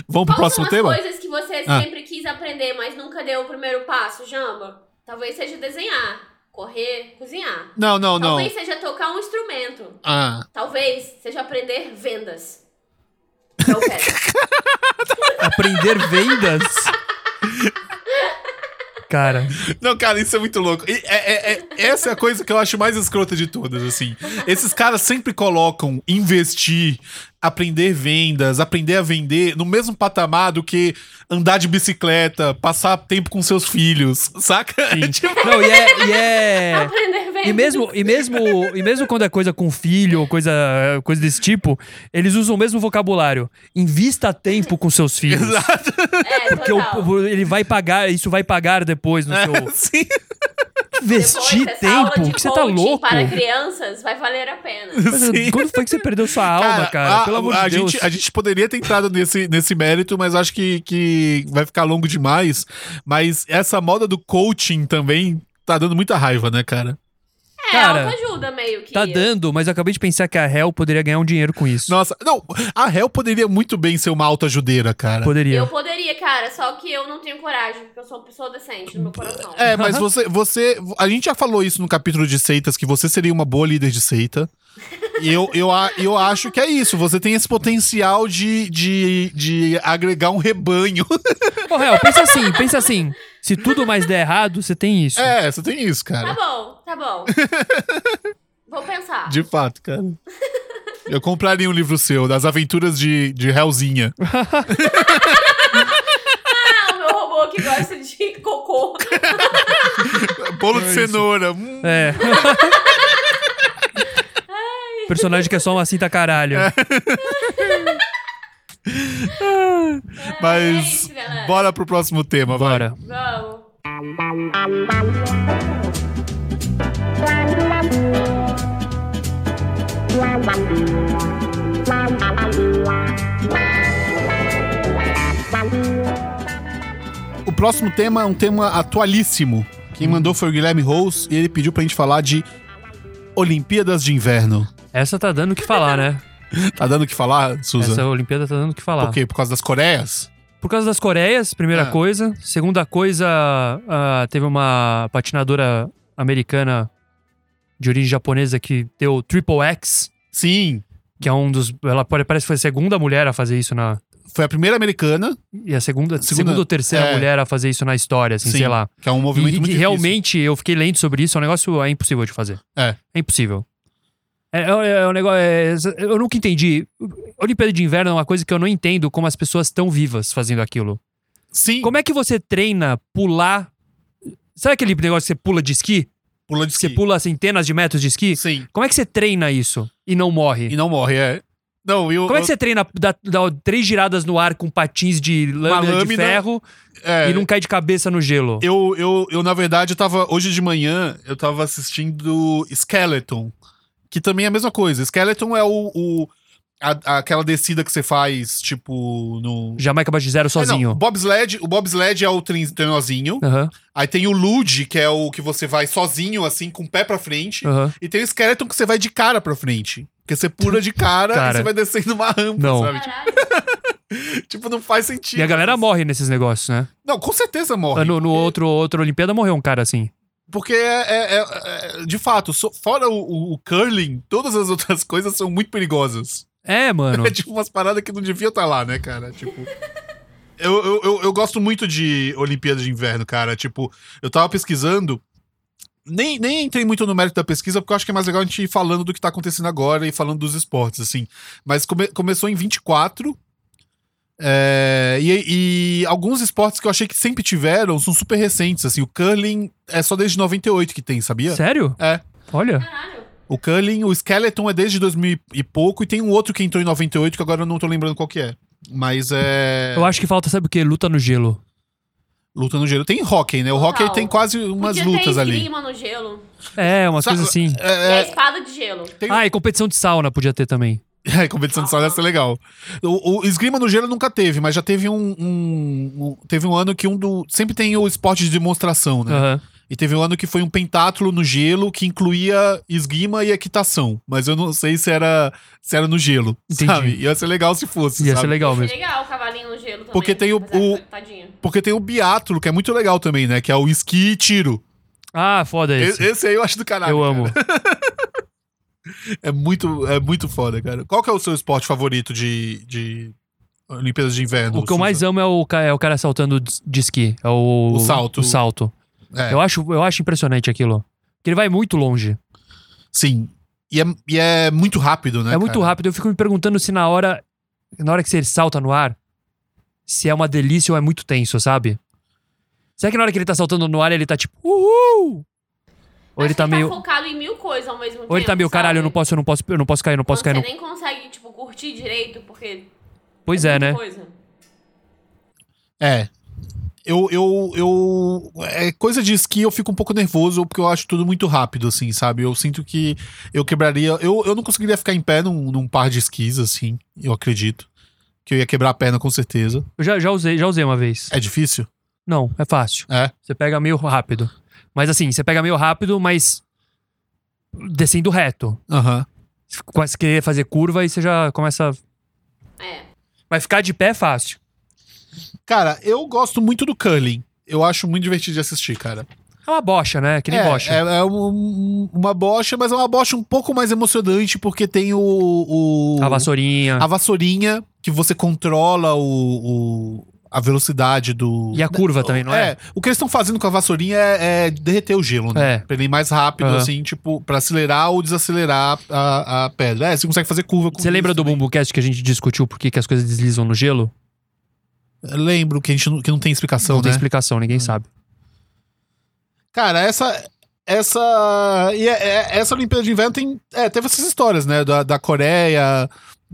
[SPEAKER 1] Vamos pro
[SPEAKER 2] Quais
[SPEAKER 1] próximo
[SPEAKER 2] são
[SPEAKER 1] tema?
[SPEAKER 2] as coisas que você
[SPEAKER 1] Ah.
[SPEAKER 2] sempre quis aprender, mas nunca deu o primeiro passo, Jamba? Talvez seja desenhar, correr, cozinhar.
[SPEAKER 1] Não, não, não.
[SPEAKER 2] Talvez seja tocar um instrumento.
[SPEAKER 1] Ah,
[SPEAKER 2] Talvez seja aprender vendas. Eu quero.
[SPEAKER 3] Aprender vendas? Cara,
[SPEAKER 1] Não, cara, isso é muito louco. E- é- é- é- essa é a coisa que eu acho mais escrota de todas, assim. Esses caras sempre colocam investir, aprender vendas, aprender a vender no mesmo patamar do que andar de bicicleta, passar tempo com seus filhos, saca?
[SPEAKER 3] sim. Não, e é. E, é-
[SPEAKER 2] aprender vendas.
[SPEAKER 3] e mesmo, e, mesmo, e mesmo quando é coisa com filho ou coisa, coisa desse tipo, eles usam o mesmo vocabulário. Invista tempo com seus filhos.
[SPEAKER 1] Exato.
[SPEAKER 2] É,
[SPEAKER 3] Porque o-
[SPEAKER 2] total.
[SPEAKER 3] o- ele vai pagar, isso vai pagar depois no
[SPEAKER 1] É
[SPEAKER 3] seu.
[SPEAKER 1] Sim.
[SPEAKER 3] Investir
[SPEAKER 2] Depois, essa aula
[SPEAKER 3] tempo?
[SPEAKER 2] de
[SPEAKER 3] Que você tá
[SPEAKER 2] coaching
[SPEAKER 3] louco?
[SPEAKER 2] Para crianças vai valer a pena.
[SPEAKER 3] Mas Quando foi que você perdeu sua alma, cara?
[SPEAKER 1] a-
[SPEAKER 3] Pelo amor
[SPEAKER 1] Ah, a,
[SPEAKER 3] de Deus.
[SPEAKER 1] Gente, a gente poderia ter entrado nesse, nesse mérito, mas acho que, que vai ficar longo demais. Mas essa moda do coaching também tá dando muita raiva, né, cara?
[SPEAKER 2] É,
[SPEAKER 3] Cara,
[SPEAKER 2] autoajuda meio que.
[SPEAKER 3] Tá dando, mas eu acabei de pensar que a Hell poderia ganhar um dinheiro com isso.
[SPEAKER 1] Nossa, não, a Hel poderia muito bem ser uma autoajudeira, cara.
[SPEAKER 3] Poderia.
[SPEAKER 2] Eu poderia, cara, só que eu não tenho coragem, porque eu sou uma pessoa decente no meu coração.
[SPEAKER 1] É, mas você, você. A gente já falou isso no capítulo de seitas, que você seria uma boa líder de seita. E eu, eu, a- eu acho que é isso. Você tem esse potencial de, de, de agregar um rebanho.
[SPEAKER 3] Ô, Hel, pensa assim, pensa assim. Se tudo mais der errado, você tem isso.
[SPEAKER 1] É, você tem isso,
[SPEAKER 2] Tá
[SPEAKER 1] cara.
[SPEAKER 2] bom, tá bom. Vou pensar.
[SPEAKER 1] De fato, cara. Eu compraria um livro seu, das aventuras de, de Helzinha.
[SPEAKER 2] Ah, o meu robô que gosta de cocô.
[SPEAKER 1] Bolo de
[SPEAKER 3] É isso.
[SPEAKER 1] cenoura. hum.
[SPEAKER 3] É. Personagem que é só uma cinta caralho.
[SPEAKER 2] É
[SPEAKER 1] Mas
[SPEAKER 2] isso, galera.
[SPEAKER 1] bora pro próximo tema, vai.
[SPEAKER 3] Bora.
[SPEAKER 2] Vamos.
[SPEAKER 1] O próximo tema é um tema atualíssimo.
[SPEAKER 3] Hum.
[SPEAKER 1] Quem mandou foi o Guilherme Rose e ele pediu pra gente falar de Olimpíadas de Inverno.
[SPEAKER 3] Essa tá dando o que falar, né?
[SPEAKER 1] Tá dando o que falar, Suza?
[SPEAKER 3] Essa Olimpíada tá dando o que falar.
[SPEAKER 1] Por quê? Por causa das Coreias?
[SPEAKER 3] Por causa das Coreias, primeira
[SPEAKER 1] Ah.
[SPEAKER 3] coisa. Segunda coisa, ah, teve uma patinadora americana de origem japonesa que deu Triple X,
[SPEAKER 1] Sim.
[SPEAKER 3] que é um dos. Ela pode- parece que foi a segunda mulher a fazer isso na.
[SPEAKER 1] Foi a primeira americana,
[SPEAKER 3] E a segunda,
[SPEAKER 1] Segunda-
[SPEAKER 3] segunda ou terceira
[SPEAKER 1] é.
[SPEAKER 3] mulher a fazer isso na história, assim,
[SPEAKER 1] Sim.
[SPEAKER 3] sei lá.
[SPEAKER 1] que é um movimento
[SPEAKER 3] e,
[SPEAKER 1] muito
[SPEAKER 3] que
[SPEAKER 1] difícil.
[SPEAKER 3] realmente eu fiquei lento sobre isso, é um negócio é impossível de fazer.
[SPEAKER 1] É.
[SPEAKER 3] É impossível. É, é, é um negócio. é- eu nunca entendi. Olimpíada de Inverno é uma coisa que eu não entendo como as pessoas estão vivas fazendo aquilo.
[SPEAKER 1] Sim,
[SPEAKER 3] Como é que você treina pular? Sabe aquele negócio que você pula de esqui?
[SPEAKER 1] pula de
[SPEAKER 3] Que você
[SPEAKER 1] esqui.
[SPEAKER 3] pula centenas de metros de esqui?
[SPEAKER 1] Sim.
[SPEAKER 3] Como é que você treina isso e não morre?
[SPEAKER 1] E não morre, é. Não, eu...
[SPEAKER 3] Como é que você treina dar, dar três giradas no ar com patins de lâmina, de
[SPEAKER 1] lâmina,
[SPEAKER 3] ferro
[SPEAKER 1] é,
[SPEAKER 3] e não cai de cabeça no gelo?
[SPEAKER 1] Eu, eu, eu, na verdade, eu tava. Hoje de manhã, eu tava assistindo Skeleton, que também é a mesma coisa. Skeleton é o. o- a- aquela descida que você faz, tipo, no.
[SPEAKER 3] Jamaica abaixo de zero
[SPEAKER 1] Ah, não,
[SPEAKER 3] sozinho.
[SPEAKER 1] bobsled, o bobsled é o tren- trenozinho.
[SPEAKER 3] Aham,
[SPEAKER 1] Aí tem o lude, que é o que você vai sozinho, assim, com o pé pra frente.
[SPEAKER 3] aham.
[SPEAKER 1] E tem o skeleton que você vai de cara pra frente. Porque você pula de cara,
[SPEAKER 3] Cara.
[SPEAKER 1] e você vai descendo uma rampa,
[SPEAKER 3] Não.
[SPEAKER 1] sabe?
[SPEAKER 2] Caralho.
[SPEAKER 1] Tipo, não faz sentido.
[SPEAKER 3] E a galera morre nesses negócios, né? Ah,
[SPEAKER 1] Não, com certeza morre.
[SPEAKER 3] No, no outro, outro Olimpíada morreu um cara assim.
[SPEAKER 1] Porque, é, é- é- é- de fato, so- fora o, o- o curling, todas as outras coisas são muito perigosas.
[SPEAKER 3] É, mano.
[SPEAKER 1] É tipo umas paradas que não devia estar lá, né, cara? Tipo. Eu, eu, eu, eu gosto muito de Olimpíadas de Inverno, cara. Tipo, eu tava pesquisando. Nem, nem entrei muito no mérito da pesquisa, porque eu acho que é mais legal a gente ir falando do que tá acontecendo agora e falando dos esportes, assim. Mas come- começou em 24. é, e, e alguns esportes que eu achei que sempre tiveram são super recentes, assim. O curling é só desde 98 que tem, sabia?
[SPEAKER 3] Sério?
[SPEAKER 1] É.
[SPEAKER 3] Olha.
[SPEAKER 2] Caralho.
[SPEAKER 1] O Cullen, o Skeleton é desde 2000 e pouco, e tem um outro que entrou em 98, que agora eu não tô lembrando qual que é. Mas é.
[SPEAKER 3] Eu acho que falta, sabe o quê? Luta no gelo.
[SPEAKER 1] Luta no gelo. Tem hockey, né? O
[SPEAKER 2] Total.
[SPEAKER 1] hockey ele tem quase umas
[SPEAKER 2] Podia
[SPEAKER 1] lutas
[SPEAKER 2] ter
[SPEAKER 1] ali.
[SPEAKER 2] esgrima no gelo.
[SPEAKER 3] É, umas
[SPEAKER 1] Sabe-
[SPEAKER 3] coisas assim.
[SPEAKER 2] E a
[SPEAKER 1] É,
[SPEAKER 2] espada de gelo.
[SPEAKER 1] tem-
[SPEAKER 3] Ah, e competição de sauna podia ter também.
[SPEAKER 1] é, competição de sauna ia ser legal. O, o esgrima no gelo nunca teve, mas já teve um, um- um- Teve um ano que um do. Sempre tem o esporte de demonstração, né?
[SPEAKER 3] Aham.
[SPEAKER 1] E teve um ano que foi um pentátulo no gelo que incluía esgrima e equitação. Mas eu não sei se era, se era no gelo.
[SPEAKER 3] Entendi.
[SPEAKER 1] Sabe? Ia ser legal se fosse.
[SPEAKER 3] Ia ser
[SPEAKER 1] sabe?
[SPEAKER 3] legal
[SPEAKER 2] Achei
[SPEAKER 3] mesmo.
[SPEAKER 2] legal o cavalinho no gelo também.
[SPEAKER 1] Porque tem o-
[SPEAKER 2] Mas é,
[SPEAKER 1] o-
[SPEAKER 2] Tadinho.
[SPEAKER 1] Porque tem o biatlo, que é muito legal também, né? Que é o esqui e tiro.
[SPEAKER 3] Ah, foda
[SPEAKER 1] E- Esse,
[SPEAKER 3] esse.
[SPEAKER 1] aí eu acho do caralho.
[SPEAKER 3] Eu amo.
[SPEAKER 1] É muito, é muito foda, cara. Qual que é o seu esporte favorito de, de Olimpíadas de Inverno?
[SPEAKER 3] O que eu mais amo é o, ca- é o cara saltando de de esqui. É o,
[SPEAKER 1] O salto.
[SPEAKER 3] O salto.
[SPEAKER 1] É,
[SPEAKER 3] Eu, acho, eu acho impressionante aquilo. Porque ele vai muito longe.
[SPEAKER 1] Sim. E é, e é muito rápido, né?
[SPEAKER 3] é muito
[SPEAKER 1] cara?
[SPEAKER 3] rápido. Eu fico me perguntando se na hora. Na hora que você salta no ar, se é uma delícia ou é muito tenso, sabe? Será que na hora que ele tá saltando no ar, ele tá tipo. Uhul! Ou
[SPEAKER 2] Acho
[SPEAKER 3] ele
[SPEAKER 2] que
[SPEAKER 3] tá meio.
[SPEAKER 2] focado em mil coisas ao mesmo tempo.
[SPEAKER 3] Ou ele tá meio, caralho, eu não posso, eu não posso, eu não posso cair, eu não posso cair. eu
[SPEAKER 2] Você nem
[SPEAKER 3] Não...
[SPEAKER 2] consegue, tipo, curtir direito, porque.
[SPEAKER 3] Pois é,
[SPEAKER 2] muita
[SPEAKER 3] né?
[SPEAKER 2] Coisa.
[SPEAKER 1] É. Eu, eu, eu. É coisa de esqui, eu fico um pouco nervoso, porque eu acho tudo muito rápido, assim, sabe? Eu sinto que eu quebraria. Eu, eu não conseguiria ficar em pé num, num par de esquis, assim, eu acredito. Que eu ia quebrar a perna com certeza.
[SPEAKER 3] Eu já, já usei, já usei uma vez.
[SPEAKER 1] É difícil?
[SPEAKER 3] Não, é fácil.
[SPEAKER 1] É.
[SPEAKER 3] Você pega meio rápido. Mas assim, você pega meio rápido, mas descendo reto.
[SPEAKER 1] Aham.
[SPEAKER 3] Você Quase querer fazer curva e você já começa.
[SPEAKER 2] É.
[SPEAKER 3] Vai ficar de pé é fácil.
[SPEAKER 1] Cara, eu gosto muito do curling. Eu acho muito divertido de assistir, cara.
[SPEAKER 3] É uma bocha, né? Que nem
[SPEAKER 1] é,
[SPEAKER 3] bocha.
[SPEAKER 1] É, é um- uma bocha, mas é uma bocha um pouco mais emocionante, porque tem o. o-
[SPEAKER 3] A vassourinha.
[SPEAKER 1] a vassourinha, que você controla o, o- a velocidade do.
[SPEAKER 3] E a curva também, não é?
[SPEAKER 1] O que eles estão fazendo com a vassourinha é, é derreter o gelo, né?
[SPEAKER 3] É.
[SPEAKER 1] Pra ele ir mais rápido,
[SPEAKER 3] Aham.
[SPEAKER 1] assim, tipo, pra acelerar ou desacelerar a, a pedra. É, você consegue fazer curva com
[SPEAKER 3] Você lembra
[SPEAKER 1] isso
[SPEAKER 3] do
[SPEAKER 1] também.
[SPEAKER 3] Bumbucast que a gente discutiu por que que as coisas deslizam no gelo?
[SPEAKER 1] Lembro que a gente não, que não tem explicação,
[SPEAKER 3] não tem
[SPEAKER 1] né?
[SPEAKER 3] explicação, ninguém sabe.
[SPEAKER 1] Cara, essa. Essa. E é- é- essa Olimpíada de Inverno tem. É, teve essas histórias, né? Da, da Coreia.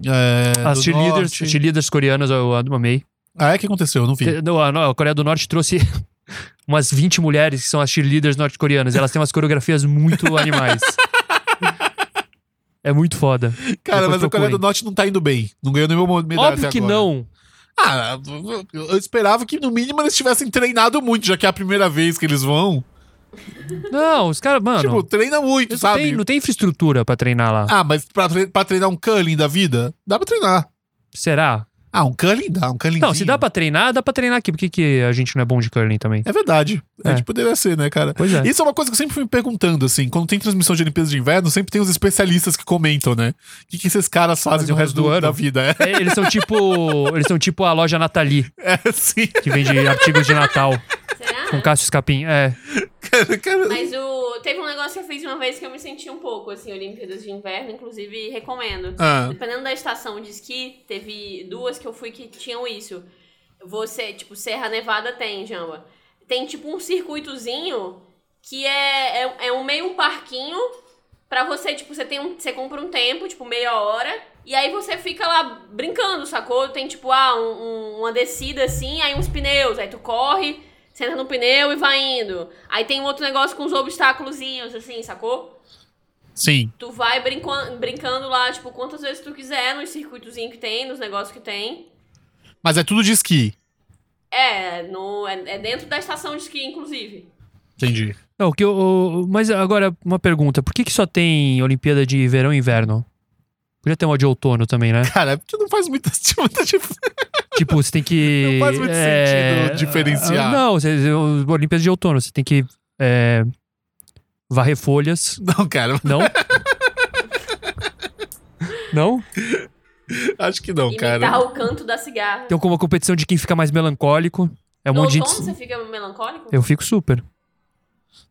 [SPEAKER 1] É,
[SPEAKER 3] As
[SPEAKER 1] do
[SPEAKER 3] cheerleaders,
[SPEAKER 1] Norte.
[SPEAKER 3] cheerleaders coreanas, eu amei.
[SPEAKER 1] Ah, é que aconteceu, eu não vi.
[SPEAKER 3] Te- não, a, não, a Coreia do Norte trouxe umas 20 mulheres que são as cheerleaders norte-coreanas. E elas têm umas coreografias muito animais. é muito foda.
[SPEAKER 1] Cara, mas
[SPEAKER 3] Depois
[SPEAKER 1] a Coreia
[SPEAKER 3] procurem.
[SPEAKER 1] do Norte não tá indo bem. Não ganhou nenhuma medalha
[SPEAKER 3] Óbvio
[SPEAKER 1] até
[SPEAKER 3] que
[SPEAKER 1] agora.
[SPEAKER 3] não.
[SPEAKER 1] Ah, eu eu esperava que no mínimo eles tivessem treinado muito, já que é a primeira vez que eles vão.
[SPEAKER 3] Ah, Não, os caras, mano.
[SPEAKER 1] tipo, treina muito,
[SPEAKER 3] eles não,
[SPEAKER 1] sabe?
[SPEAKER 3] tem, não tem infraestrutura pra treinar lá.
[SPEAKER 1] Ah, mas pra, tre- pra treinar um curling da vida, dá pra treinar.
[SPEAKER 3] Será?
[SPEAKER 1] Ah, um curling dá, um curling.
[SPEAKER 3] Não, se dá pra treinar, dá pra treinar aqui. Por que, que a gente não é bom de curling também?
[SPEAKER 1] É verdade. A
[SPEAKER 3] É.
[SPEAKER 1] gente poderia ser, né, cara?
[SPEAKER 3] Pois é.
[SPEAKER 1] Isso é uma coisa que eu sempre fui me perguntando, assim. Quando tem transmissão de Olimpíadas de Inverno, sempre tem os especialistas que comentam, né? O que, que esses caras fazem
[SPEAKER 3] Fazem
[SPEAKER 1] no resto do,
[SPEAKER 3] ano?
[SPEAKER 1] da vida? É,
[SPEAKER 3] É, Eles são tipo. Eles são tipo a loja Nathalie,
[SPEAKER 1] é assim.
[SPEAKER 3] que vende artigos de Natal
[SPEAKER 2] Será?
[SPEAKER 3] com Cássio Escapim. É.
[SPEAKER 1] Cara, cara,
[SPEAKER 2] Mas o... teve um negócio que eu fiz uma vez que eu me senti um pouco, assim, Olimpíadas de Inverno, inclusive recomendo.
[SPEAKER 1] Ah.
[SPEAKER 2] Dependendo da estação de esqui, teve duas que eu fui que tinham isso. Você, tipo, Serra Nevada tem, Jamba. Tem tipo um circuitozinho que é, é, é um meio um parquinho pra você, tipo, você tem um. Você compra um tempo, tipo, meia hora. E aí você fica lá brincando, sacou? Tem tipo, ah, um- um- uma descida assim, aí uns pneus, aí tu corre, senta no pneu e vai indo. Aí tem um outro negócio com os obstáculozinhos, assim, sacou?
[SPEAKER 1] Sim.
[SPEAKER 2] Tu vai brincando, brincando lá, tipo, quantas vezes tu quiser, nos circuitozinhos que tem, nos negócios que tem.
[SPEAKER 1] Mas é tudo de esqui.
[SPEAKER 2] É, no, é, é dentro da estação de esqui, inclusive.
[SPEAKER 1] Entendi.
[SPEAKER 3] Não, o que eu, o- mas agora, uma pergunta: por que, que só tem Olimpíada de verão e inverno? Podia ter uma de outono também, né?
[SPEAKER 1] Cara, é porque não faz muita, muita diferença.
[SPEAKER 3] tipo, você tem que.
[SPEAKER 1] Não faz muito sentido diferenciar.
[SPEAKER 3] ah, Não, você, o- Olimpíada de outono, você tem que é, varrer folhas.
[SPEAKER 1] Não, cara,
[SPEAKER 3] Não? não?
[SPEAKER 1] acho que não,
[SPEAKER 2] Imitar
[SPEAKER 1] cara.
[SPEAKER 2] o canto da cigarra.
[SPEAKER 3] Tem como uma competição de quem fica mais melancólico. É um
[SPEAKER 2] no
[SPEAKER 3] monte de.
[SPEAKER 2] outono
[SPEAKER 3] gente-
[SPEAKER 2] você fica melancólico?
[SPEAKER 3] Eu fico super.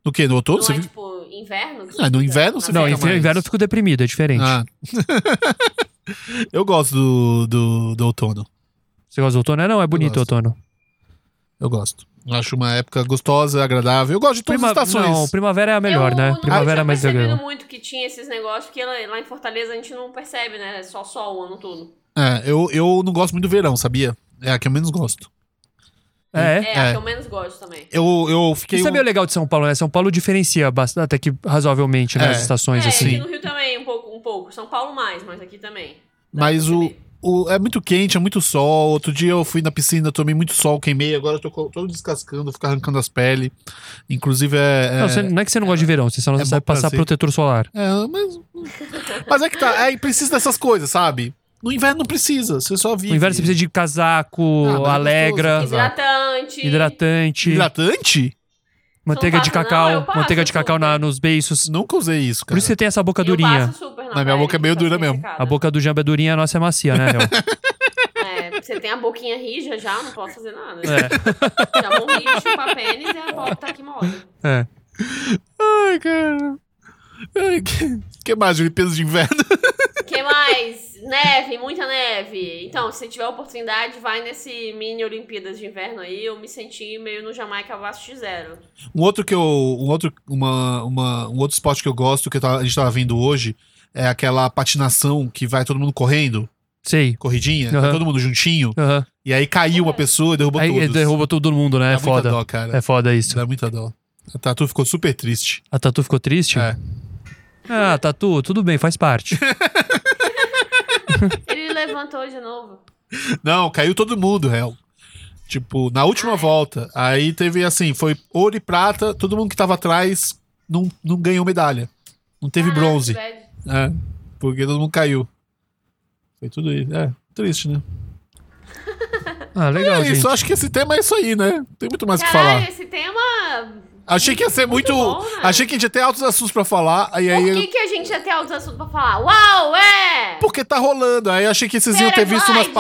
[SPEAKER 1] No quê? No outono?
[SPEAKER 2] Não
[SPEAKER 1] você
[SPEAKER 2] é,
[SPEAKER 1] viu?
[SPEAKER 2] tipo, inverno? que
[SPEAKER 1] Ah, no inverno você
[SPEAKER 2] fica
[SPEAKER 3] Não,
[SPEAKER 2] na
[SPEAKER 1] fica
[SPEAKER 3] em
[SPEAKER 2] cigarra?
[SPEAKER 1] mais.
[SPEAKER 3] inverno eu fico deprimido, é diferente.
[SPEAKER 1] Ah. eu gosto do, do, do outono.
[SPEAKER 3] Você gosta do outono? É, não, é bonito o
[SPEAKER 1] gosto.
[SPEAKER 3] outono.
[SPEAKER 1] Eu gosto. Eu Acho uma época gostosa, agradável. Eu gosto de todas
[SPEAKER 3] Prima-
[SPEAKER 1] as estações.
[SPEAKER 3] Não, primavera é a melhor,
[SPEAKER 2] eu,
[SPEAKER 3] né?
[SPEAKER 2] Não,
[SPEAKER 3] Primavera é
[SPEAKER 2] eu
[SPEAKER 3] mais
[SPEAKER 2] tinha
[SPEAKER 3] legal.
[SPEAKER 2] percebido muito que tinha esses negócios, porque lá, lá em Fortaleza a gente não percebe, né? É só sol o ano todo.
[SPEAKER 1] É, eu, eu não gosto muito do verão, sabia? É a que eu menos gosto.
[SPEAKER 3] É.
[SPEAKER 2] É,
[SPEAKER 1] É.
[SPEAKER 2] a que eu menos gosto também.
[SPEAKER 1] Eu, eu fiquei.
[SPEAKER 3] Isso é
[SPEAKER 1] um-
[SPEAKER 3] meio legal de São Paulo, né? São Paulo diferencia bastante, até que razoavelmente, né?
[SPEAKER 1] É.
[SPEAKER 3] As estações,
[SPEAKER 2] é,
[SPEAKER 3] assim.
[SPEAKER 2] aqui no Rio também, um pouco, um pouco. São Paulo mais, mas aqui também. Dá
[SPEAKER 1] Mas
[SPEAKER 2] pra
[SPEAKER 1] o,
[SPEAKER 2] perceber.
[SPEAKER 1] o. É muito quente, é muito sol. Outro dia eu fui na piscina, tomei muito sol, queimei. Agora eu tô co- todo descascando, fico arrancando as peles. Inclusive é. é-
[SPEAKER 3] Não, você- não é que você não gosta de verão, você só não
[SPEAKER 1] é
[SPEAKER 3] sabe
[SPEAKER 1] bom pra
[SPEAKER 3] passar
[SPEAKER 1] ser.
[SPEAKER 3] protetor solar.
[SPEAKER 1] é, mas. Mas é que tá. É, precisa dessas coisas, sabe? No inverno não precisa, você só vive.
[SPEAKER 3] No inverno você precisa de casaco,
[SPEAKER 1] Ah, mas é
[SPEAKER 3] alegra,
[SPEAKER 1] gostoso.
[SPEAKER 2] Hidratante.
[SPEAKER 3] hidratante,
[SPEAKER 1] Hidratante?
[SPEAKER 3] manteiga
[SPEAKER 2] Não
[SPEAKER 3] de
[SPEAKER 2] passa,
[SPEAKER 3] cacau,
[SPEAKER 2] não, eu passo
[SPEAKER 3] manteiga de
[SPEAKER 2] super.
[SPEAKER 3] cacau na- nos beiços.
[SPEAKER 1] Nunca usei isso,
[SPEAKER 3] Por
[SPEAKER 1] cara.
[SPEAKER 3] isso você tem essa boca
[SPEAKER 2] Eu
[SPEAKER 3] durinha.
[SPEAKER 2] passo super na
[SPEAKER 1] Mas minha
[SPEAKER 2] pele,
[SPEAKER 1] boca é meio
[SPEAKER 2] que tá
[SPEAKER 1] dura mesmo.
[SPEAKER 2] secada.
[SPEAKER 3] A boca do Jamba é durinha, a nossa é macia, né, Hel?
[SPEAKER 2] É, você tem a boquinha rija já, não posso fazer nada.
[SPEAKER 3] É,
[SPEAKER 2] Já morri de chupar pênis e a bola tá aqui mole.
[SPEAKER 3] é.
[SPEAKER 1] Ai, cara. Ai, que, que mais de limpeza de inverno?
[SPEAKER 2] que mais? Neve, muita neve. Então, se tiver oportunidade, vai nesse mini Olimpíadas de Inverno aí. Eu me senti meio no Jamaica Vasco de Zero.
[SPEAKER 1] Um outro que eu. Um outro, uma, uma, um outro esporte que eu gosto, que eu tava- a gente tava vendo hoje, é aquela patinação que vai todo mundo correndo,
[SPEAKER 3] Sei.
[SPEAKER 1] corridinha,
[SPEAKER 3] Aham.
[SPEAKER 1] tá todo mundo juntinho,
[SPEAKER 3] Aham.
[SPEAKER 1] e aí caiu uma pessoa e derrubou
[SPEAKER 3] Aí
[SPEAKER 1] todos.
[SPEAKER 3] derruba todo mundo, né?
[SPEAKER 1] Dá
[SPEAKER 3] É foda.
[SPEAKER 1] muita dó, cara.
[SPEAKER 3] É foda isso.
[SPEAKER 1] Dá muita dó. A Tatu ficou super triste.
[SPEAKER 3] A Tatu ficou triste?
[SPEAKER 1] É.
[SPEAKER 3] Ah, Tatu, tudo bem, faz parte.
[SPEAKER 2] Ele levantou de novo.
[SPEAKER 1] Não, caiu todo mundo, réu. Tipo, na última volta. Aí teve assim, foi ouro e prata, todo mundo que tava atrás não, não ganhou medalha. Não teve
[SPEAKER 2] Ah,
[SPEAKER 1] bronze.
[SPEAKER 2] velho.
[SPEAKER 1] É, porque todo mundo caiu. Foi tudo isso. É, triste, né?
[SPEAKER 3] Ah, legal,
[SPEAKER 1] é
[SPEAKER 3] gente.
[SPEAKER 1] isso, acho que esse tema é isso aí, né? Tem muito mais o que
[SPEAKER 2] Caralho,
[SPEAKER 1] falar.
[SPEAKER 2] esse tema.
[SPEAKER 1] Achei que ia ser muito.
[SPEAKER 2] bom, né?
[SPEAKER 1] Achei que a gente ia ter altos assuntos pra falar. Aí,
[SPEAKER 2] Por
[SPEAKER 1] aí
[SPEAKER 2] que, que a gente já tem outros assuntos pra falar? Uau, é!
[SPEAKER 1] Porque tá rolando. Aí achei que vocês iam ter visto umas
[SPEAKER 2] Paragliding,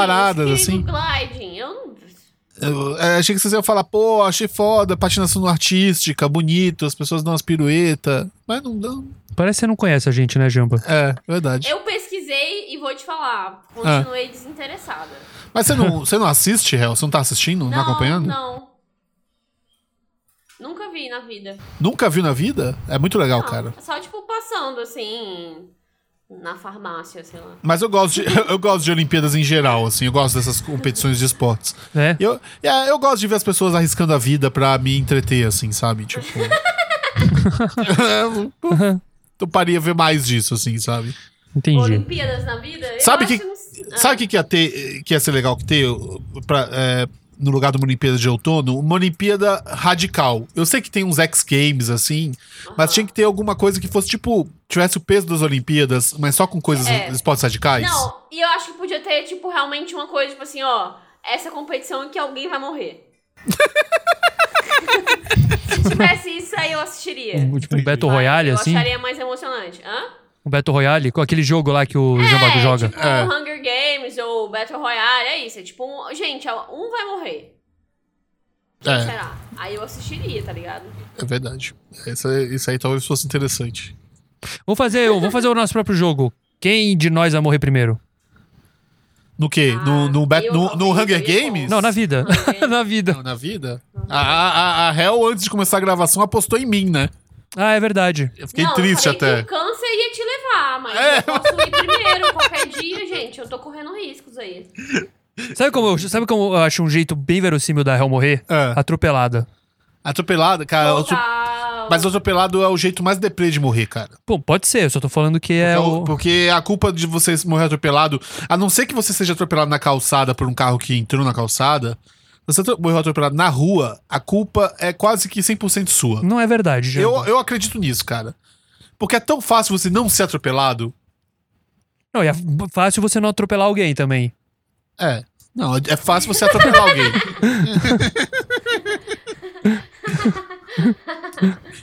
[SPEAKER 1] paradas,
[SPEAKER 2] speed
[SPEAKER 1] assim.
[SPEAKER 2] Gliding. Eu não.
[SPEAKER 1] Eu- é, achei que vocês iam falar, pô, achei foda, patinação artística, bonito, as pessoas dão umas piruetas. Mas não dão.
[SPEAKER 3] Parece que você não conhece a gente, né, Jamba?
[SPEAKER 1] É, verdade.
[SPEAKER 2] Eu pesquisei e vou te falar.
[SPEAKER 1] Ah.
[SPEAKER 2] Continuei desinteressada.
[SPEAKER 1] Mas você não, você não assiste, Hel? Você não tá assistindo? Não, tá acompanhando?
[SPEAKER 2] Não. Nunca vi na vida.
[SPEAKER 1] Nunca viu na vida? É muito legal,
[SPEAKER 2] Não,
[SPEAKER 1] cara.
[SPEAKER 2] Só, tipo, passando, assim, na farmácia, sei lá.
[SPEAKER 1] Mas eu gosto, de, eu gosto de Olimpíadas em geral, assim. Eu gosto dessas competições de esportes.
[SPEAKER 3] É?
[SPEAKER 1] Eu, é, eu gosto de ver as pessoas arriscando a vida pra me entreter, assim, sabe? Tipo. eu paria ver mais disso, assim, sabe?
[SPEAKER 3] Entendi.
[SPEAKER 2] Olimpíadas na vida? Eu
[SPEAKER 1] Sabe
[SPEAKER 2] acho
[SPEAKER 1] que-
[SPEAKER 2] não- Ah.
[SPEAKER 1] Sabe o que, que ia ter, que ia ser legal que ter eu, pra, é, no lugar de uma Olimpíada de outono? Uma Olimpíada radical. Eu sei que tem uns X Games, assim,
[SPEAKER 2] Aham.
[SPEAKER 1] mas tinha que ter alguma coisa que fosse, tipo, tivesse o peso das Olimpíadas, mas só com coisas,
[SPEAKER 2] É.
[SPEAKER 1] esportes radicais.
[SPEAKER 2] Não, e eu acho que podia ter, tipo, realmente uma coisa, tipo assim, ó... Essa competição em que alguém vai morrer. Se tivesse isso aí, eu assistiria.
[SPEAKER 3] Um, tipo um
[SPEAKER 1] Entendi.
[SPEAKER 3] Battle Royale,
[SPEAKER 2] eu
[SPEAKER 3] assim?
[SPEAKER 2] acharia mais emocionante. Hã?
[SPEAKER 3] Um Battle Royale? Com aquele jogo lá que o Jambago
[SPEAKER 2] é,
[SPEAKER 3] joga.
[SPEAKER 2] tipo
[SPEAKER 1] É.
[SPEAKER 2] Hunger Games ou Battle Royale, é isso. É tipo, um, gente, um vai morrer. Quem
[SPEAKER 1] É.
[SPEAKER 2] será? Aí eu assistiria, tá ligado?
[SPEAKER 1] É verdade. Isso, aí- isso aí talvez fosse interessante.
[SPEAKER 3] Vamos fazer, um, vamos fazer o nosso próprio jogo. Quem de nós vai morrer primeiro?
[SPEAKER 1] No quê?
[SPEAKER 2] Ah,
[SPEAKER 1] no, no, Bat-
[SPEAKER 2] eu
[SPEAKER 1] no, no
[SPEAKER 2] talvez
[SPEAKER 1] Hunger
[SPEAKER 2] eu ia
[SPEAKER 1] Games?
[SPEAKER 3] Não, na vida.
[SPEAKER 2] Ah,
[SPEAKER 3] na vida.
[SPEAKER 1] Não, na vida? A, a, a- a Hel, antes de começar a gravação, apostou em mim, né?
[SPEAKER 3] Ah, é verdade.
[SPEAKER 1] Eu fiquei
[SPEAKER 2] Não, eu
[SPEAKER 1] triste
[SPEAKER 2] falei
[SPEAKER 1] até.
[SPEAKER 2] Que o câncer ia te levar, mas
[SPEAKER 1] É.
[SPEAKER 2] eu posso ir primeiro qualquer dia, gente. Eu tô correndo riscos aí.
[SPEAKER 3] Sabe como, eu, sabe como eu acho um jeito bem verossímil da Hel morrer?
[SPEAKER 1] É.
[SPEAKER 3] Atropelada.
[SPEAKER 1] Atropelado, cara. outro-
[SPEAKER 2] Total.
[SPEAKER 1] É, Mas atropelado é o jeito mais deprê de morrer, cara.
[SPEAKER 3] Bom, pode ser, eu só tô falando que é
[SPEAKER 1] Então,
[SPEAKER 3] o.
[SPEAKER 1] Porque a culpa de você morrer atropelado, a não ser que você seja atropelado na calçada por um carro que entrou na calçada, se você atro- morreu atropelado na rua, a culpa é quase que 100% sua.
[SPEAKER 3] Não é verdade, Jamba.
[SPEAKER 1] Eu, eu acredito nisso, cara. Porque é tão fácil você não ser atropelado.
[SPEAKER 3] Não, e é fácil você não atropelar alguém também.
[SPEAKER 1] É. Não, é fácil você atropelar alguém.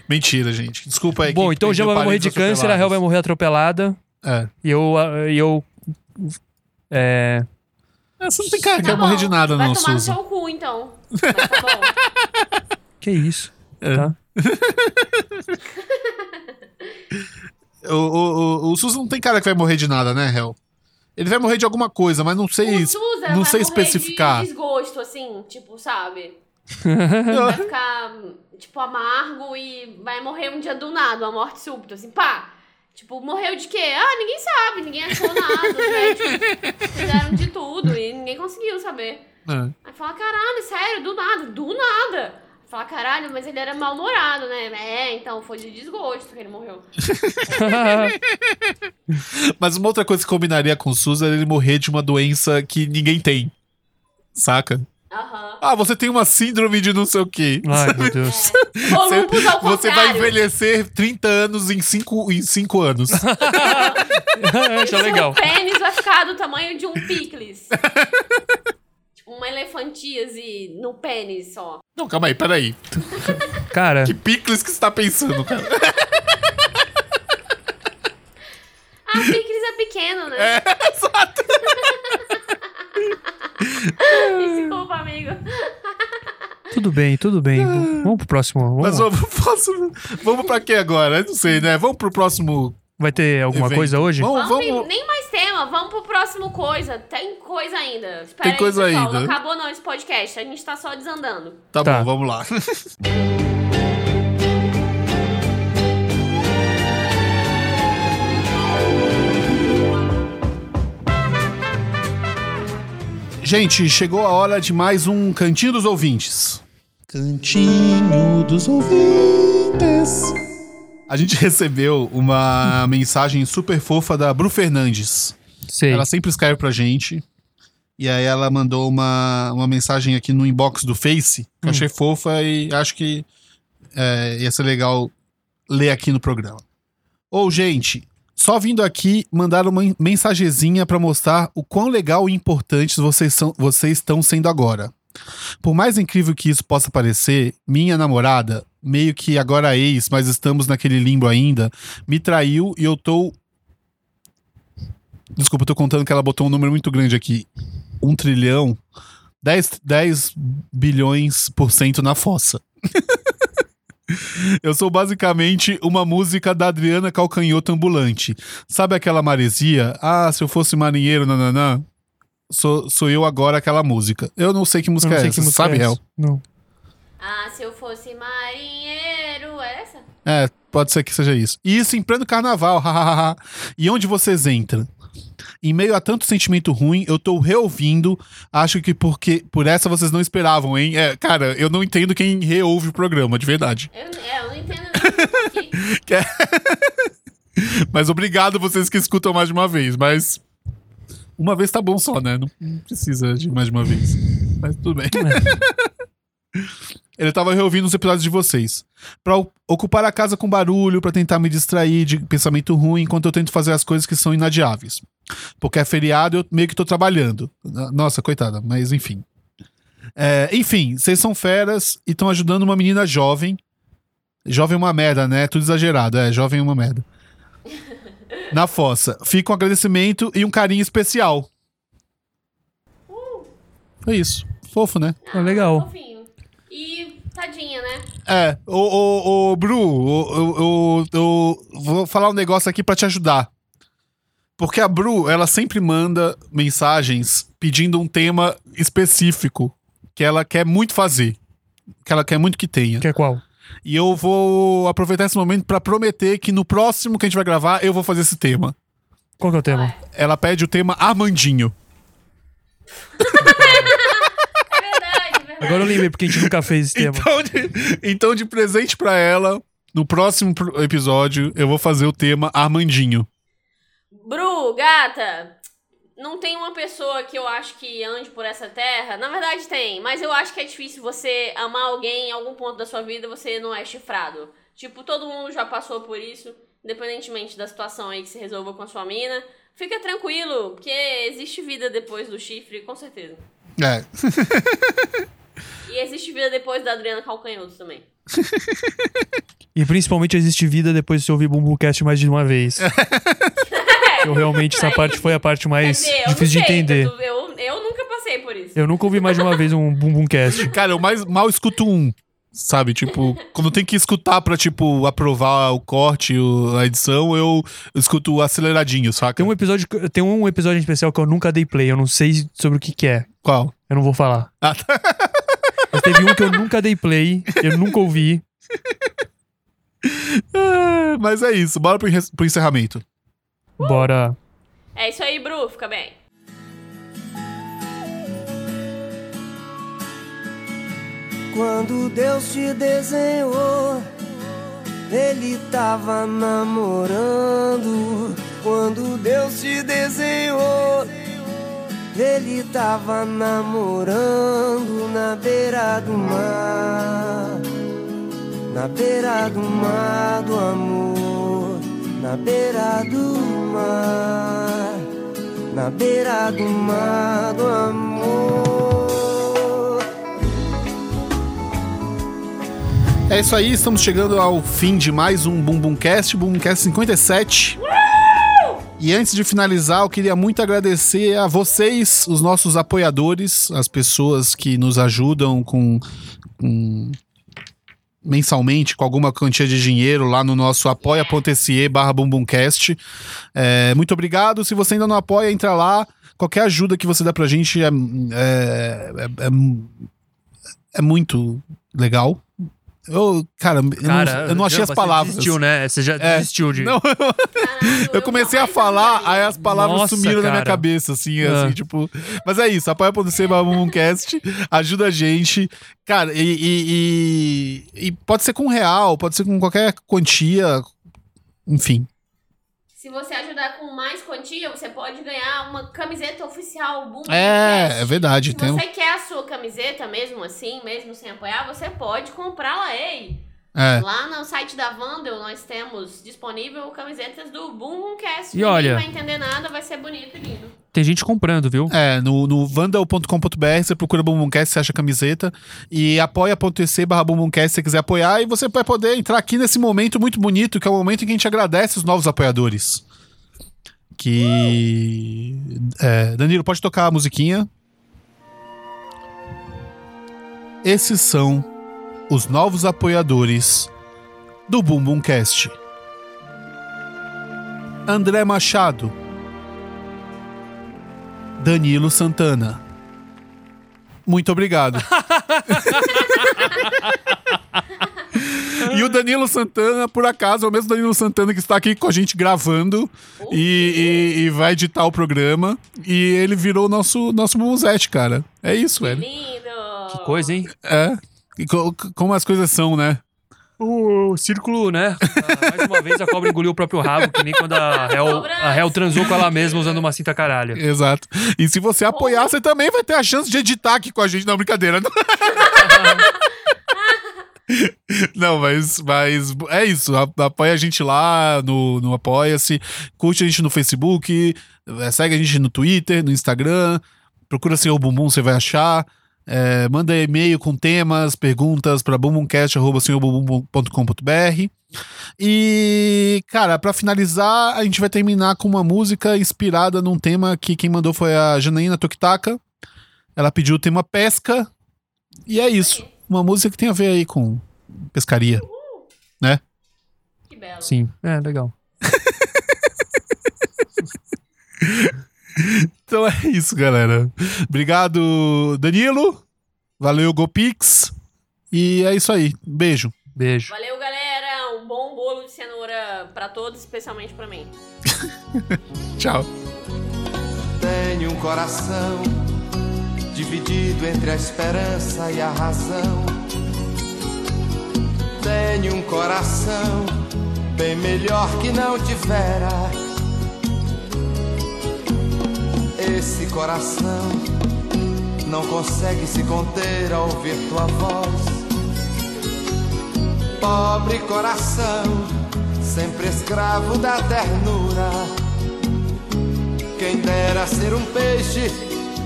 [SPEAKER 1] Mentira, gente. Desculpa aí.
[SPEAKER 3] Bom,
[SPEAKER 1] quem
[SPEAKER 3] então o
[SPEAKER 1] perdeu
[SPEAKER 3] Jamba vai morrer de
[SPEAKER 1] parentes
[SPEAKER 3] câncer, a Hel vai
[SPEAKER 1] atropelados.
[SPEAKER 3] morrer atropelada.
[SPEAKER 1] É.
[SPEAKER 3] E eu. ah, E eu é,
[SPEAKER 1] É, Você não tem cara que
[SPEAKER 2] Tá
[SPEAKER 1] vai morrer
[SPEAKER 2] bom,
[SPEAKER 1] de nada,
[SPEAKER 2] vai
[SPEAKER 1] não,
[SPEAKER 2] tomar no
[SPEAKER 1] Suzy.
[SPEAKER 2] seu cu, então. Mas tá bom.
[SPEAKER 3] que isso?
[SPEAKER 1] É.
[SPEAKER 3] Tá?
[SPEAKER 1] O, o, o, o Suzy não tem cara que vai morrer de nada, né, Hel? Ele vai morrer de alguma coisa, mas não sei.
[SPEAKER 2] O Suza
[SPEAKER 1] É não
[SPEAKER 2] vai
[SPEAKER 1] sei
[SPEAKER 2] morrer
[SPEAKER 1] especificar.
[SPEAKER 2] De desgosto, assim, tipo, sabe? vai ficar, tipo, amargo e vai morrer um dia do nada, uma morte súbita, assim, pá. Tipo, morreu de quê? Ah, ninguém sabe, ninguém achou nada, né? Tipo, fizeram de tudo e ninguém conseguiu saber.
[SPEAKER 1] É.
[SPEAKER 2] Aí fala, caralho, sério, do nada, do nada. Fala, caralho, mas ele era mal-humorado, né? É, então foi de desgosto que ele morreu.
[SPEAKER 1] Mas uma outra coisa que combinaria com o SUS era ele morrer de uma doença que ninguém tem. Saca?
[SPEAKER 2] Aham.
[SPEAKER 1] Ah, você tem uma síndrome de não sei o quê.
[SPEAKER 3] Ai, meu Deus.
[SPEAKER 2] É. Columbus ao
[SPEAKER 1] Você vai
[SPEAKER 2] contrário.
[SPEAKER 1] envelhecer 30 anos em 5 em cinco anos.
[SPEAKER 3] Acho legal.
[SPEAKER 2] O Tipo, pênis vai ficar do tamanho de um picles. tipo, uma elefantíase no pênis só.
[SPEAKER 1] Não, calma aí, peraí.
[SPEAKER 3] Cara,
[SPEAKER 1] Que picles que você tá pensando, cara?
[SPEAKER 2] Ah, picles é pequeno, né?
[SPEAKER 1] É, exato.
[SPEAKER 2] Desculpa, amigo.
[SPEAKER 3] tudo bem, tudo bem. V- Vamos pro próximo. Vamos
[SPEAKER 1] Mas
[SPEAKER 3] lá.
[SPEAKER 1] vamos pro próximo. Vamos pra quê agora? Eu não sei, né? Vamos pro próximo.
[SPEAKER 3] Vai ter alguma
[SPEAKER 1] evento.
[SPEAKER 3] coisa hoje?
[SPEAKER 1] Vamos,
[SPEAKER 2] Vamos,
[SPEAKER 1] vamos.
[SPEAKER 2] Nem mais tema, vamos pro próximo coisa. Tem coisa ainda. Espera
[SPEAKER 1] Tem
[SPEAKER 2] aí,
[SPEAKER 1] coisa
[SPEAKER 2] pessoal,
[SPEAKER 1] ainda.
[SPEAKER 2] Não acabou não esse podcast, a gente tá só desandando.
[SPEAKER 1] Tá,
[SPEAKER 3] Tá.
[SPEAKER 1] bom, vamos lá. Gente, chegou a hora de mais um Cantinho dos Ouvintes.
[SPEAKER 4] Cantinho dos ouvintes.
[SPEAKER 1] A gente recebeu uma mensagem super fofa da Bru Fernandes.
[SPEAKER 3] Sei.
[SPEAKER 1] Ela sempre escreve pra gente. E aí ela mandou uma, uma mensagem aqui no inbox do Face, que eu
[SPEAKER 3] Hum.
[SPEAKER 1] achei fofa e acho que é, ia ser legal ler aqui no programa. Ou, gente, só vindo aqui mandar uma mensagenzinha pra mostrar o quão legal e importantes vocês, são, vocês estão sendo agora. Por mais incrível que isso possa parecer, minha namorada, meio que agora ex, mas estamos naquele limbo ainda, me traiu e eu tô Desculpa, eu tô contando que ela botou um número muito grande aqui. Um trilhão. 10, 10 bilhões por cento na fossa. eu sou basicamente uma música da Adriana Calcanhoto ambulante. Sabe aquela maresia? Ah, se eu fosse marinheiro, nananã. Sou, sou eu agora aquela música. Eu não sei que
[SPEAKER 3] Eu
[SPEAKER 1] música
[SPEAKER 3] não sei
[SPEAKER 1] é
[SPEAKER 3] que
[SPEAKER 1] essa,
[SPEAKER 3] música
[SPEAKER 1] sabe,
[SPEAKER 3] é
[SPEAKER 1] El?
[SPEAKER 3] essa. Não.
[SPEAKER 2] Ah, se eu fosse marinheiro, era essa?
[SPEAKER 1] É, pode ser que seja isso. E isso em pleno carnaval, hahaha. e onde vocês entram? Em meio a tanto sentimento ruim, eu tô reouvindo. Acho que porque por essa vocês não esperavam, hein? É, cara, eu não entendo quem reouve o programa, de verdade.
[SPEAKER 2] Eu, é, eu não entendo nada aqui.
[SPEAKER 1] Mas obrigado vocês que escutam mais de uma vez, mas. Uma vez tá bom só, né? Não não precisa de mais de uma vez. Mas tudo bem. Ele tava reouvindo os episódios de vocês. Pra o- ocupar a casa com barulho, pra tentar me distrair de pensamento ruim, enquanto eu tento fazer as coisas que são inadiáveis. Porque é feriado eu meio que tô trabalhando. Na- Nossa, coitada, mas enfim. É, enfim, vocês são feras e estão ajudando uma menina jovem. Jovem é uma merda, né? Tudo exagerado. É, jovem é uma merda. Na fossa. Fica um agradecimento e um carinho especial. Foi É isso. Fofo, né?
[SPEAKER 3] Ah, legal.
[SPEAKER 2] Fofinho. E tadinha, né?
[SPEAKER 1] É, ô, ô, ô, Bru, ô, ô, ô, eu vou falar um negócio aqui pra te ajudar. Porque a Bru, ela sempre manda mensagens pedindo um tema específico que ela quer muito fazer, que ela quer muito que tenha.
[SPEAKER 3] Quer é qual?
[SPEAKER 1] E eu vou aproveitar esse momento pra prometer que no próximo que a gente vai gravar, eu vou fazer esse tema.
[SPEAKER 3] Qual que é o tema?
[SPEAKER 1] Ela pede o tema Armandinho.
[SPEAKER 2] É verdade, verdade.
[SPEAKER 3] Agora eu lembrei porque a gente nunca fez esse tema.
[SPEAKER 1] Então de, então, de presente pra ela, no próximo pro- episódio, eu vou fazer o tema Armandinho.
[SPEAKER 2] Bru, gata, não tem uma pessoa que eu acho que ande por essa terra. Na verdade tem, mas eu acho que é difícil você amar alguém em algum ponto da sua vida e você não é chifrado. Tipo, todo mundo já passou por isso, independentemente da situação aí que se resolva com a sua mina. Fica tranquilo, porque existe vida depois do chifre, com certeza.
[SPEAKER 1] É.
[SPEAKER 2] E existe vida depois da Adriana Calcanhoto também.
[SPEAKER 3] E principalmente existe vida depois de você ouvir Bumbumcast mais de uma vez. Eu realmente, essa parte foi a parte
[SPEAKER 2] Quer
[SPEAKER 3] mais
[SPEAKER 2] dizer, É eu não
[SPEAKER 3] É difícil de
[SPEAKER 2] sei,
[SPEAKER 3] entender.
[SPEAKER 2] Eu, eu, eu nunca passei por isso.
[SPEAKER 3] Eu nunca ouvi mais de uma vez um Bumbumcast.
[SPEAKER 1] Cara, eu mais mal escuto um. Sabe, tipo, quando tem que escutar pra, tipo, aprovar o corte, o- a edição, eu escuto o aceleradinho, saca?
[SPEAKER 3] Tem um episódio, que- tem um episódio em especial que eu nunca dei play, eu não sei sobre o que, que é.
[SPEAKER 1] Qual?
[SPEAKER 3] Eu não vou falar.
[SPEAKER 1] Ah,
[SPEAKER 3] Mas teve um que eu nunca dei play, eu nunca ouvi.
[SPEAKER 1] É, Mas é isso, bora pro, enre- pro encerramento.
[SPEAKER 3] Bora.
[SPEAKER 2] É isso aí, Bru, fica bem.
[SPEAKER 5] Quando Deus te desenhou, ele tava namorando. Quando Deus te desenhou, ele tava namorando na beira do mar. Na beira do mar do amor, na beira do mar, na beira do mar do amor.
[SPEAKER 1] É isso aí, estamos chegando ao fim de mais um Bumbumcast, Bumbumcast 57. E antes de finalizar, eu queria muito agradecer a vocês, os nossos apoiadores, as pessoas que nos ajudam com, com- mensalmente com alguma quantia de dinheiro lá no nosso apoia.se barra bumbumcast. É, muito obrigado. Se você ainda não apoia, entra lá. Qualquer ajuda que você dá pra gente é- é- é- é, é muito legal. Eu, cara, eu
[SPEAKER 3] Cara,
[SPEAKER 1] não, eu não achei
[SPEAKER 3] Jamba,
[SPEAKER 1] as palavras. É.
[SPEAKER 3] Você desistiu, né? Você já desistiu de.
[SPEAKER 1] Não,
[SPEAKER 2] Caralho,
[SPEAKER 1] eu comecei a
[SPEAKER 2] jamais
[SPEAKER 1] falar,
[SPEAKER 2] lembraria.
[SPEAKER 1] aí as palavras
[SPEAKER 3] Nossa,
[SPEAKER 1] sumiram na minha
[SPEAKER 3] cara.
[SPEAKER 1] cabeça, assim,
[SPEAKER 3] Ah.
[SPEAKER 1] assim, tipo. Mas é isso, apoia.se Babumcast, ajuda a gente. Cara, e, e- e- e pode ser com um real, pode ser com qualquer quantia, enfim.
[SPEAKER 2] Se você ajudar com mais quantia, você pode ganhar uma camiseta oficial um Boom né?
[SPEAKER 1] É, é verdade.
[SPEAKER 2] Se
[SPEAKER 1] Tem,
[SPEAKER 2] você quer a sua camiseta mesmo assim, mesmo sem apoiar, você pode comprá-la, ei!
[SPEAKER 1] é.
[SPEAKER 2] Lá no site da Vandel nós temos disponível camisetas do Boom Boomcast.
[SPEAKER 3] E olha-
[SPEAKER 2] Ninguém vai entender nada, vai ser bonito e lindo.
[SPEAKER 3] Tem gente comprando, viu?
[SPEAKER 1] É, no, no vandal.com.br você procura Bumbumcast, você acha camiseta e apoia.ec barra Bumbumcast se você quiser apoiar e você vai poder entrar aqui nesse momento muito bonito, que é o momento em que a gente agradece os novos apoiadores. Que... É, Danilo, pode tocar a musiquinha? Esses são os novos apoiadores do Bumbumcast. André Machado Danilo Santana. Muito obrigado. e o Danilo Santana, por acaso, é o mesmo Danilo Santana que está aqui com a gente gravando e, e- e vai editar o programa. E ele virou o nosso, nosso Mumuzete, cara. É isso, velho.
[SPEAKER 2] Lindo!
[SPEAKER 3] Que coisa, hein?
[SPEAKER 1] É. E co- como as coisas são, né?
[SPEAKER 3] O círculo, né? Ah, mais uma vez a cobra engoliu o próprio rabo, que nem quando a réu, a réu transou com ela mesma usando uma cinta caralho.
[SPEAKER 1] Exato. E se você apoiar, você também vai ter a chance de editar aqui com a gente. Não, brincadeira. Não, mas, mas é isso. A- Apoia a gente lá no, no Apoia-se. Curte a gente no Facebook. eh, Segue a gente no Twitter, no Instagram. Procura Senhor Bumbum, você vai achar. Eh, manda e-mail com temas, perguntas para bumbumcast.com.br. E, cara, pra finalizar, a gente vai terminar com uma música inspirada num tema que quem mandou foi a Janaína Tokitaka. Ela pediu o tema pesca. E é isso. Uma música que tem a ver aí com pescaria.
[SPEAKER 2] Que belo.
[SPEAKER 1] assim.
[SPEAKER 3] Sim, é legal.
[SPEAKER 1] Então é isso, galera. Obrigado, Danilo. Valeu, Gopix. E é isso aí. Beijo.
[SPEAKER 3] Beijo.
[SPEAKER 2] Valeu, galera! Um bom bolo de cenoura pra todos, especialmente pra mim.
[SPEAKER 1] Tchau.
[SPEAKER 6] Tenho um coração dividido entre a esperança e a razão. Tenho um coração bem melhor que não tivera. Esse coração não consegue se conter ao ouvir tua voz. Pobre coração, sempre escravo da ternura. Quem dera ser um peixe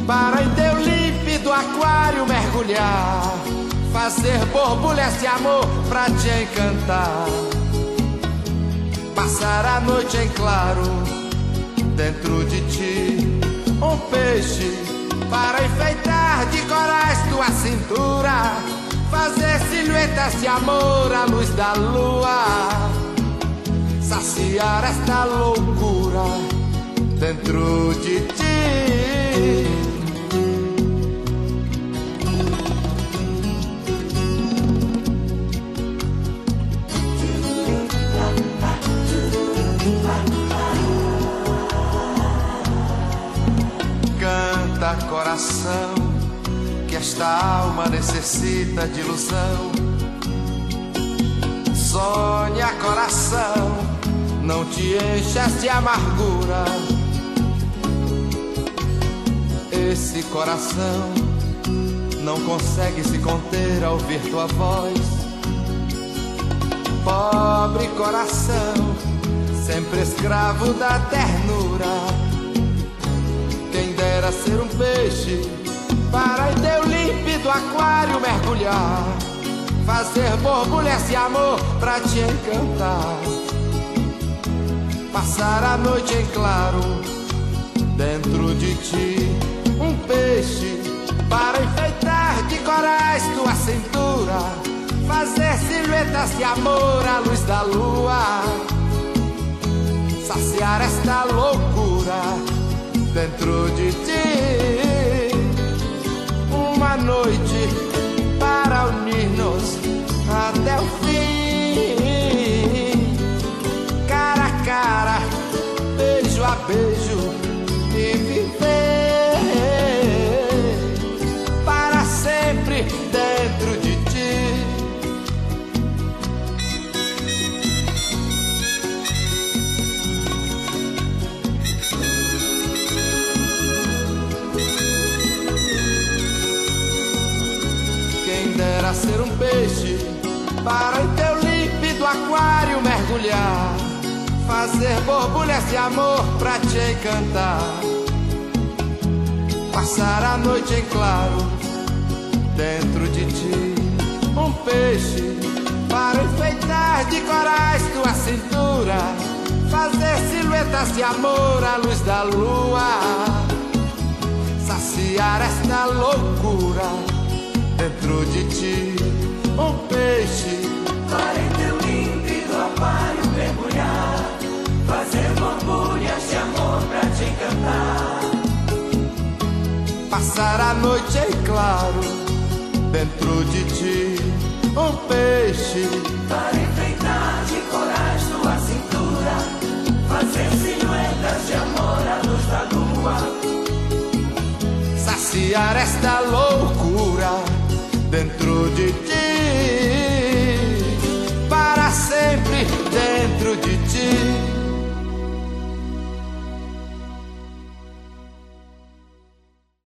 [SPEAKER 6] para em teu límpido aquário mergulhar, fazer borbulhas de amor pra te encantar, passar a noite em claro dentro de ti, um peixe para enfeitar de corais tua cintura, fazer silhuetas de amor à luz da lua, saciar esta loucura dentro de ti. Canta, coração, que esta alma necessita de ilusão. Sonha, coração, não te enchas de amargura. Esse coração não consegue se conter ao ouvir tua voz. Pobre coração, sempre escravo da ternura. Quem dera ser um peixe para em teu límpido aquário mergulhar, fazer borbulha esse amor pra te encantar, passar a noite em claro dentro de ti, um peixe para enfeitar de corais tua cintura, fazer silhuetas de amor à luz da lua saciar esta loucura dentro de ti. Uma noite para unir-nos até o fim. Cara a cara, beijo a beijo e viver para sempre dentro de ti. Quem dera ser um peixe para em teu límpido aquário mergulhar, fazer borbulhas de amor pra te encantar, passar a noite em claro dentro de ti, um peixe para enfeitar de corais tua cintura, fazer silhuetas de amor à luz da lua saciar esta loucura dentro de ti. Um peixe para em teu límpido aquário mergulhar, fazer borbulhas de amor pra te encantar. Passar a noite em claro dentro de ti. Um peixe para enfeitar de coragem tua cintura, fazer silhuetas de amor à luz da lua saciar esta loucura dentro de ti.